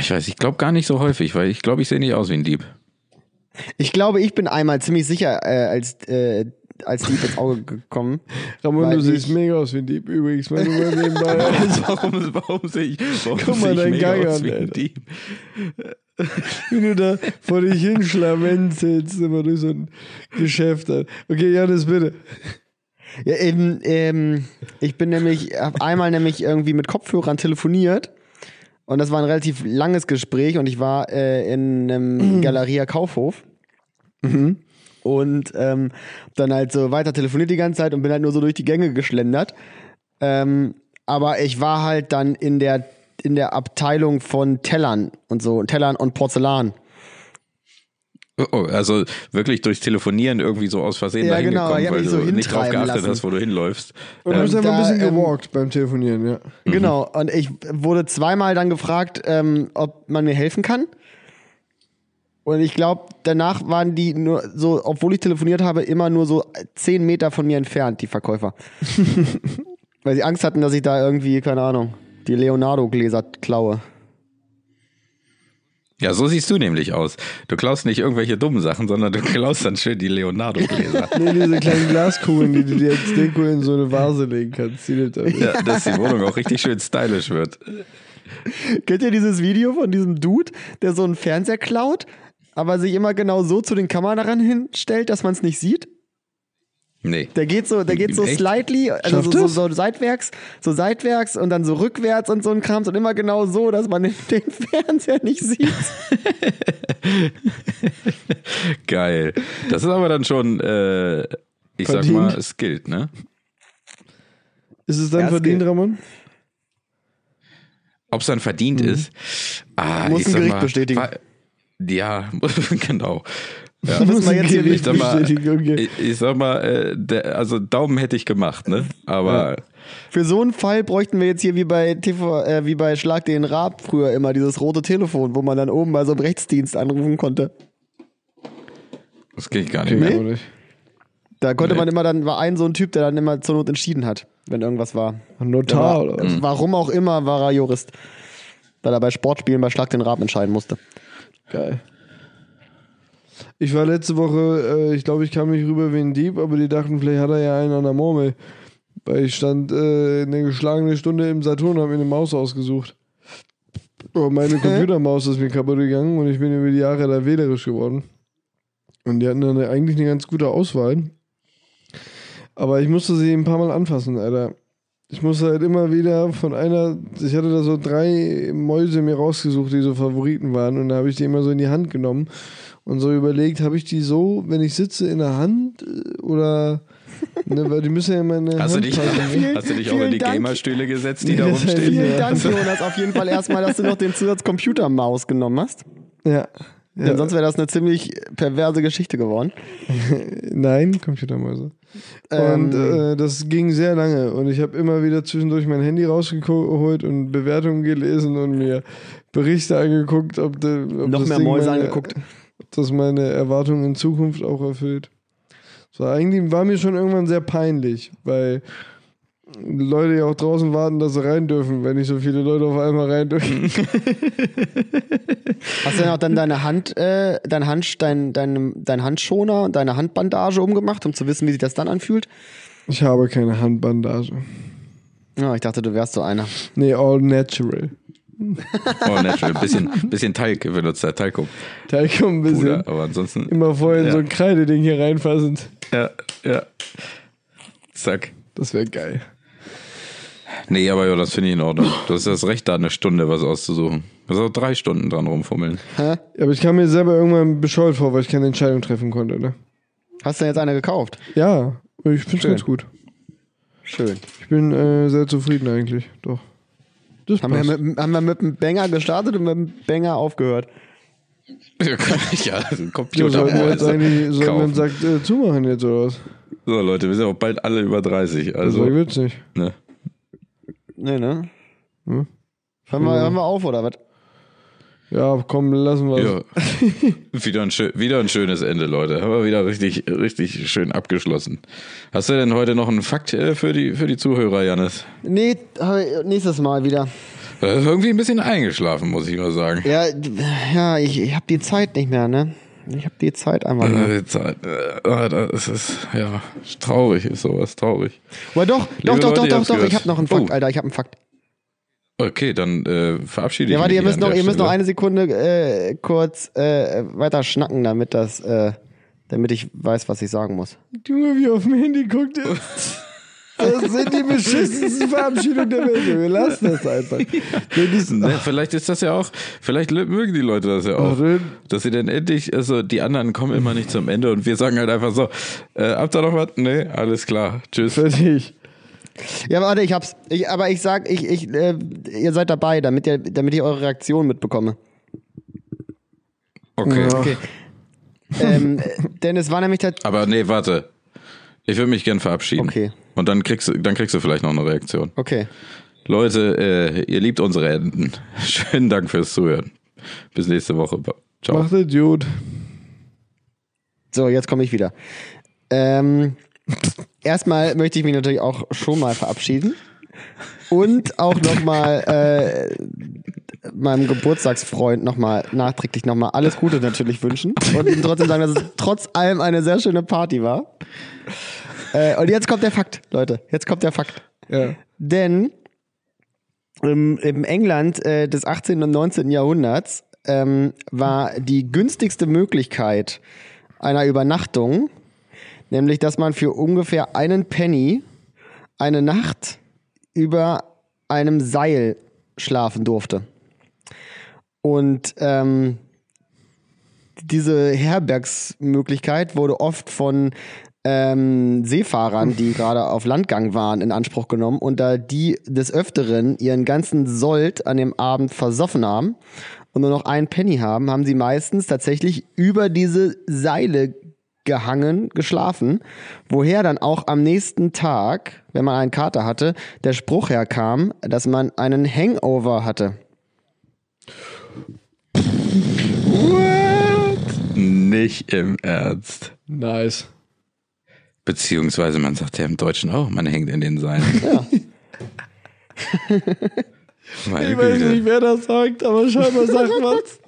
[SPEAKER 1] Ich weiß, ich glaube gar nicht so häufig, weil ich glaube, ich sehe nicht aus wie ein Dieb.
[SPEAKER 3] Ich glaube, ich bin einmal ziemlich sicher äh, als, äh, als Dieb ins Auge gekommen.
[SPEAKER 2] Ramon,
[SPEAKER 3] Weil
[SPEAKER 2] du siehst
[SPEAKER 3] ich-
[SPEAKER 2] mega aus wie ein Dieb übrigens. Wenn du mal nebenbei.
[SPEAKER 1] warum, warum sehe ich, warum
[SPEAKER 2] Guck
[SPEAKER 1] sehe
[SPEAKER 2] mal
[SPEAKER 1] ich
[SPEAKER 2] deinen
[SPEAKER 1] mega
[SPEAKER 2] Gang
[SPEAKER 1] aus
[SPEAKER 2] an,
[SPEAKER 1] wie ein
[SPEAKER 2] Alter.
[SPEAKER 1] Dieb?
[SPEAKER 2] wie du da vor dich hin schlawenzelst, immer durch so ein Geschäft. Alter. Okay, Janis, bitte.
[SPEAKER 3] Ja, eben, ähm, ich bin nämlich, hab einmal nämlich irgendwie mit Kopfhörern telefoniert und das war ein relativ langes Gespräch und ich war äh, in einem Galeria Kaufhof und ähm, hab dann halt so weiter telefoniert die ganze Zeit und bin halt nur so durch die Gänge geschlendert. Ähm, aber ich war halt dann in der in der Abteilung von Tellern und so, Tellern und Porzellan.
[SPEAKER 1] Oh, Oh, also wirklich durch Telefonieren irgendwie so aus Versehen
[SPEAKER 3] Ja,
[SPEAKER 1] dahin
[SPEAKER 3] genau,
[SPEAKER 1] gekommen,
[SPEAKER 3] ich hab
[SPEAKER 1] weil
[SPEAKER 3] mich so
[SPEAKER 1] du nicht drauf
[SPEAKER 3] hintreiben
[SPEAKER 1] geachtet
[SPEAKER 3] lassen.
[SPEAKER 1] hast, wo du hinläufst.
[SPEAKER 2] Und du bist
[SPEAKER 3] Und
[SPEAKER 2] einfach ein
[SPEAKER 3] da,
[SPEAKER 2] bisschen
[SPEAKER 3] ähm,
[SPEAKER 2] gewalkt beim Telefonieren, ja.
[SPEAKER 3] Genau, und ich wurde zweimal dann gefragt, ähm, ob man mir helfen kann. Und ich glaube, danach waren die nur so, obwohl ich telefoniert habe, immer nur so zehn Meter von mir entfernt, die Verkäufer. Weil sie Angst hatten, dass ich da irgendwie, keine Ahnung, die Leonardo-Gläser klaue.
[SPEAKER 1] Ja, so siehst du nämlich aus. Du klaust nicht irgendwelche dummen Sachen, sondern du klaust dann schön die Leonardo-Gläser.
[SPEAKER 2] Nee, diese kleinen Glaskugeln, die du dir als Deko in so eine Vase legen kannst. Die nimmt er.
[SPEAKER 1] ja, dass die Wohnung auch richtig schön stylisch wird.
[SPEAKER 3] Kennt ihr dieses Video von diesem Dude, der so einen Fernseher klaut, aber sich immer genau so zu den Kameraren hinstellt, dass man es nicht sieht?
[SPEAKER 1] Nee.
[SPEAKER 3] Der geht so, der geht so
[SPEAKER 1] Echt?
[SPEAKER 3] slightly, also
[SPEAKER 2] Schafft
[SPEAKER 3] so, so,
[SPEAKER 2] das?
[SPEAKER 3] so seitwärts, so seitwärts und dann so rückwärts und so ein Krams und immer genau so, dass man den, den Fernseher nicht sieht.
[SPEAKER 1] Geil. Das ist aber dann schon, äh, ich sag
[SPEAKER 2] Verdient.
[SPEAKER 1] mal, es gilt, ne?
[SPEAKER 2] Ist es dann
[SPEAKER 3] Ja, es
[SPEAKER 2] verdient,
[SPEAKER 3] geht.
[SPEAKER 2] Ramon?
[SPEAKER 1] Ob es dann verdient ist. Ah,
[SPEAKER 3] Mhm. Muss
[SPEAKER 1] ich
[SPEAKER 3] ein
[SPEAKER 1] sag
[SPEAKER 3] Gericht
[SPEAKER 1] mal,
[SPEAKER 3] bestätigen.
[SPEAKER 1] wa- Ja, genau. Ja.
[SPEAKER 3] Muss man jetzt hier
[SPEAKER 1] Ich
[SPEAKER 3] nicht
[SPEAKER 1] sag mal,
[SPEAKER 2] bestätigen, okay.
[SPEAKER 1] ich, ich sag mal äh, der, also Daumen hätte ich gemacht, ne? Aber
[SPEAKER 3] Für so einen Fall bräuchten wir jetzt hier wie bei TV, äh, wie bei Schlag den Raab früher immer dieses rote Telefon, wo man dann oben bei so einem Rechtsdienst anrufen konnte.
[SPEAKER 1] das geht gar nicht mehr.
[SPEAKER 2] Oder nicht?
[SPEAKER 3] Da konnte
[SPEAKER 1] Nee.
[SPEAKER 3] man immer dann, war ein so ein Typ, der dann immer zur Not entschieden hat, wenn irgendwas war.
[SPEAKER 2] Ein
[SPEAKER 3] Der
[SPEAKER 2] Notar
[SPEAKER 3] war
[SPEAKER 2] oder was?
[SPEAKER 3] Warum auch immer war er Jurist. Weil er bei Sportspielen bei Schlag den Raab entscheiden musste.
[SPEAKER 2] Geil. Ich war letzte Woche, äh, ich glaube, ich kam nicht rüber wie ein Dieb, aber die dachten, vielleicht hat er ja einen an der Murmel. Weil ich stand äh, eine geschlagene Stunde im Saturn und habe mir eine Maus ausgesucht. Aber Oh, meine Computermaus ist mir kaputt gegangen und ich bin über die Jahre da wählerisch geworden. Und die hatten dann eigentlich eine ganz gute Auswahl. Aber ich musste sie ein paar Mal anfassen, Alter. Ich musste halt immer wieder von einer, ich hatte da so drei Mäuse mir rausgesucht, die so Favoriten waren. Und da habe ich die immer so in die Hand genommen und so überlegt, habe ich die so, wenn ich sitze, in der Hand äh, oder. Ne, weil die müssen ja immer in der
[SPEAKER 1] Hast du
[SPEAKER 2] Hand
[SPEAKER 1] dich,
[SPEAKER 2] passen.
[SPEAKER 1] hast du dich auch in die
[SPEAKER 3] vielen Dank.
[SPEAKER 1] Gamerstühle gesetzt, die
[SPEAKER 2] Nee,
[SPEAKER 1] da
[SPEAKER 2] das hätte ich
[SPEAKER 1] rumstehen?
[SPEAKER 2] nicht.
[SPEAKER 3] Vielen
[SPEAKER 2] Ja.
[SPEAKER 3] Dank, Jonas, auf jeden Fall erstmal, dass du noch den Zusatz Computermaus genommen hast.
[SPEAKER 2] Ja. ja.
[SPEAKER 3] Denn sonst wäre das eine ziemlich perverse Geschichte geworden.
[SPEAKER 2] Nein, Computermäuse.
[SPEAKER 3] Ähm.
[SPEAKER 2] und äh, das ging sehr lange. Und ich habe immer wieder zwischendurch mein Handy rausgeholt und Bewertungen gelesen und mir Berichte angeguckt, ob, de, ob
[SPEAKER 3] Noch
[SPEAKER 2] das
[SPEAKER 3] mehr
[SPEAKER 2] Ding
[SPEAKER 3] Mäuse
[SPEAKER 2] meine,
[SPEAKER 3] angeguckt.
[SPEAKER 2] Ob das meine Erwartungen in Zukunft auch erfüllt. So, eigentlich war mir schon irgendwann sehr peinlich, weil Leute ja auch draußen warten, dass sie rein dürfen, wenn nicht so viele Leute auf einmal rein dürfen.
[SPEAKER 3] Hast du denn auch dann deine Hand, äh, dein, Hand dein, dein, dein Handschoner und deine Handbandage umgemacht, um zu wissen, wie sich das dann anfühlt?
[SPEAKER 2] Ich habe keine Handbandage.
[SPEAKER 3] Ja, ich dachte, du wärst so einer.
[SPEAKER 2] Nee, all natural.
[SPEAKER 1] Oh, natural. Bisschen, bisschen Talg benutzt der Talkum.
[SPEAKER 2] Da kommt ein bisschen.
[SPEAKER 1] Bruder, aber ansonsten.
[SPEAKER 2] Immer vorhin
[SPEAKER 1] Ja.
[SPEAKER 2] so ein Kreideding hier reinfassen.
[SPEAKER 1] Ja, ja. Zack.
[SPEAKER 2] Das wäre geil.
[SPEAKER 1] Nee, aber ja, das finde ich in Ordnung. Du hast das Recht, da eine Stunde was auszusuchen. Du hast auch drei Stunden dran rumfummeln.
[SPEAKER 2] Aber ich kam mir selber irgendwann bescheuert vor, weil ich keine Entscheidung treffen konnte. Ne?
[SPEAKER 3] Hast du denn jetzt eine gekauft?
[SPEAKER 2] Ja, ich finde es ganz gut.
[SPEAKER 3] Schön.
[SPEAKER 2] Ich bin äh, sehr zufrieden eigentlich, doch. Das
[SPEAKER 3] Haben wir, mit, haben wir mit dem Banger gestartet und mit dem Banger aufgehört.
[SPEAKER 1] ja, also ein
[SPEAKER 2] ja,
[SPEAKER 1] Computer.
[SPEAKER 2] sollen wir jetzt
[SPEAKER 1] also,
[SPEAKER 2] eigentlich, sollen wir
[SPEAKER 1] kaufen.
[SPEAKER 2] den Sack äh, zumachen jetzt oder was?
[SPEAKER 1] so, Leute, wir sind auch bald alle über 30.
[SPEAKER 2] Also,
[SPEAKER 1] Also,
[SPEAKER 2] so wird's nicht.
[SPEAKER 1] ne?
[SPEAKER 3] Nee, ne? Hören, wir, hören wir auf, oder was?
[SPEAKER 2] Ja, komm, lassen wir
[SPEAKER 1] Ja. wieder, ein schön, wieder ein schönes Ende, Leute. Haben wir wieder richtig, richtig schön abgeschlossen. Hast du denn heute noch einen Fakt äh, für, die, für die Zuhörer, Janis?
[SPEAKER 3] Nee, hab- nächstes Mal wieder.
[SPEAKER 1] Äh, irgendwie ein bisschen eingeschlafen, muss ich mal sagen.
[SPEAKER 3] Ja, d- ja ich, ich habe die Zeit nicht mehr, ne? Ich habe die Zeit einmal nicht mehr.
[SPEAKER 1] Äh, Zeit. Äh, ah, das ist, ja, traurig ist sowas, traurig.
[SPEAKER 3] Aber doch, doch,
[SPEAKER 1] Liebe
[SPEAKER 3] doch,
[SPEAKER 1] Leute,
[SPEAKER 3] doch,
[SPEAKER 1] ihr
[SPEAKER 3] doch,
[SPEAKER 1] habt's
[SPEAKER 3] doch,
[SPEAKER 1] gehört.
[SPEAKER 3] ich habe noch einen Fakt,
[SPEAKER 1] Oh.
[SPEAKER 3] Alter, ich habe einen Fakt.
[SPEAKER 1] Okay, dann äh, verabschiede
[SPEAKER 3] Ja,
[SPEAKER 1] ich
[SPEAKER 3] warte,
[SPEAKER 1] mich.
[SPEAKER 3] ihr
[SPEAKER 1] hier
[SPEAKER 3] müsst
[SPEAKER 1] an
[SPEAKER 3] noch,
[SPEAKER 1] der
[SPEAKER 3] ihr müsst noch
[SPEAKER 1] Stelle.
[SPEAKER 3] eine Sekunde äh, kurz äh, weiter schnacken, damit das, äh, damit ich weiß, was ich sagen muss.
[SPEAKER 2] Junge, wie auf dem Handy guckt jetzt. Das sind die beschissensten Verabschiedungen der Welt. Wir lassen das einfach. Wenn dies-
[SPEAKER 1] Ne, vielleicht ist das ja auch, vielleicht lö- mögen die Leute das ja auch.
[SPEAKER 2] Warum?
[SPEAKER 1] Dass sie dann endlich, also die anderen kommen immer nicht zum Ende und wir sagen halt einfach so, äh, habt ihr noch was? Nee, alles klar. Tschüss.
[SPEAKER 2] Fertig.
[SPEAKER 3] Ja, warte, ich hab's. Ich, aber ich sag, ich, ich, äh, ihr seid dabei, damit ihr, damit ich eure Reaktion mitbekomme.
[SPEAKER 1] Okay.
[SPEAKER 2] Ja.
[SPEAKER 3] Okay. ähm, äh, denn es war nämlich der.
[SPEAKER 1] Aber nee, warte. Ich würde mich gern verabschieden.
[SPEAKER 3] Okay.
[SPEAKER 1] Und dann kriegst, du- dann kriegst du vielleicht noch eine Reaktion.
[SPEAKER 3] Okay.
[SPEAKER 1] Leute, äh, ihr liebt unsere Enden. Schönen Dank fürs Zuhören. Bis nächste Woche. Ciao.
[SPEAKER 2] Macht Idiot.
[SPEAKER 3] So, jetzt komme ich wieder. Ähm, erstmal möchte ich mich natürlich auch schon mal verabschieden. Und auch nochmal äh, meinem Geburtstagsfreund nochmal nachträglich nochmal alles Gute natürlich wünschen. Und ihm trotzdem sagen, dass es trotz allem eine sehr schöne Party war. Äh, und jetzt kommt der Fakt, Leute. Jetzt kommt der Fakt.
[SPEAKER 2] Ja.
[SPEAKER 3] Denn im, im England äh, des 18. und 19. Jahrhunderts ähm, war die günstigste Möglichkeit einer Übernachtung, nämlich dass man für ungefähr einen Penny eine Nacht über einem Seil schlafen durfte. Und ähm, diese Herbergsmöglichkeit wurde oft von ähm, Seefahrern, die gerade auf Landgang waren, in Anspruch genommen. Und da die des Öfteren ihren ganzen Sold an dem Abend versoffen haben und nur noch einen Penny haben, haben sie meistens tatsächlich über diese Seile gehangen, geschlafen, woher dann auch am nächsten Tag, wenn man einen Kater hatte, der Spruch herkam, dass man einen Hangover hatte.
[SPEAKER 1] Nicht im Ernst.
[SPEAKER 2] Nice.
[SPEAKER 1] Beziehungsweise man sagt ja im Deutschen auch, man hängt in den Seilen. Meine
[SPEAKER 2] Ich weiß
[SPEAKER 1] Güte.
[SPEAKER 2] nicht, wer das sagt, aber scheinbar sagt man's.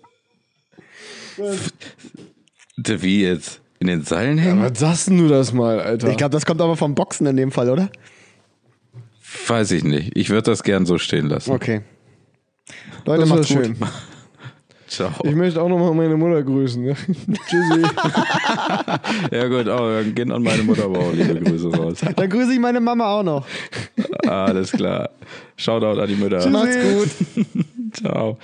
[SPEAKER 1] D- Wie jetzt? In den Seilen hängen?
[SPEAKER 2] Was sagst denn du das mal, Alter?
[SPEAKER 3] Ich glaube, das kommt aber vom Boxen in dem Fall, oder?
[SPEAKER 1] Weiß ich nicht. Ich würde das gern so stehen lassen.
[SPEAKER 3] Okay. Leute,
[SPEAKER 2] das war
[SPEAKER 3] macht's gut.
[SPEAKER 2] schön.
[SPEAKER 1] Ciao.
[SPEAKER 2] Ich möchte auch nochmal meine Mutter grüßen. ne? Tschüssi.
[SPEAKER 1] Ja gut, oh, dann gehen an meine Mutter aber auch liebe Grüße raus.
[SPEAKER 3] Dann grüße ich meine Mama auch noch.
[SPEAKER 1] Alles klar. Shoutout an die Mütter.
[SPEAKER 3] Macht's gut.
[SPEAKER 1] Ciao.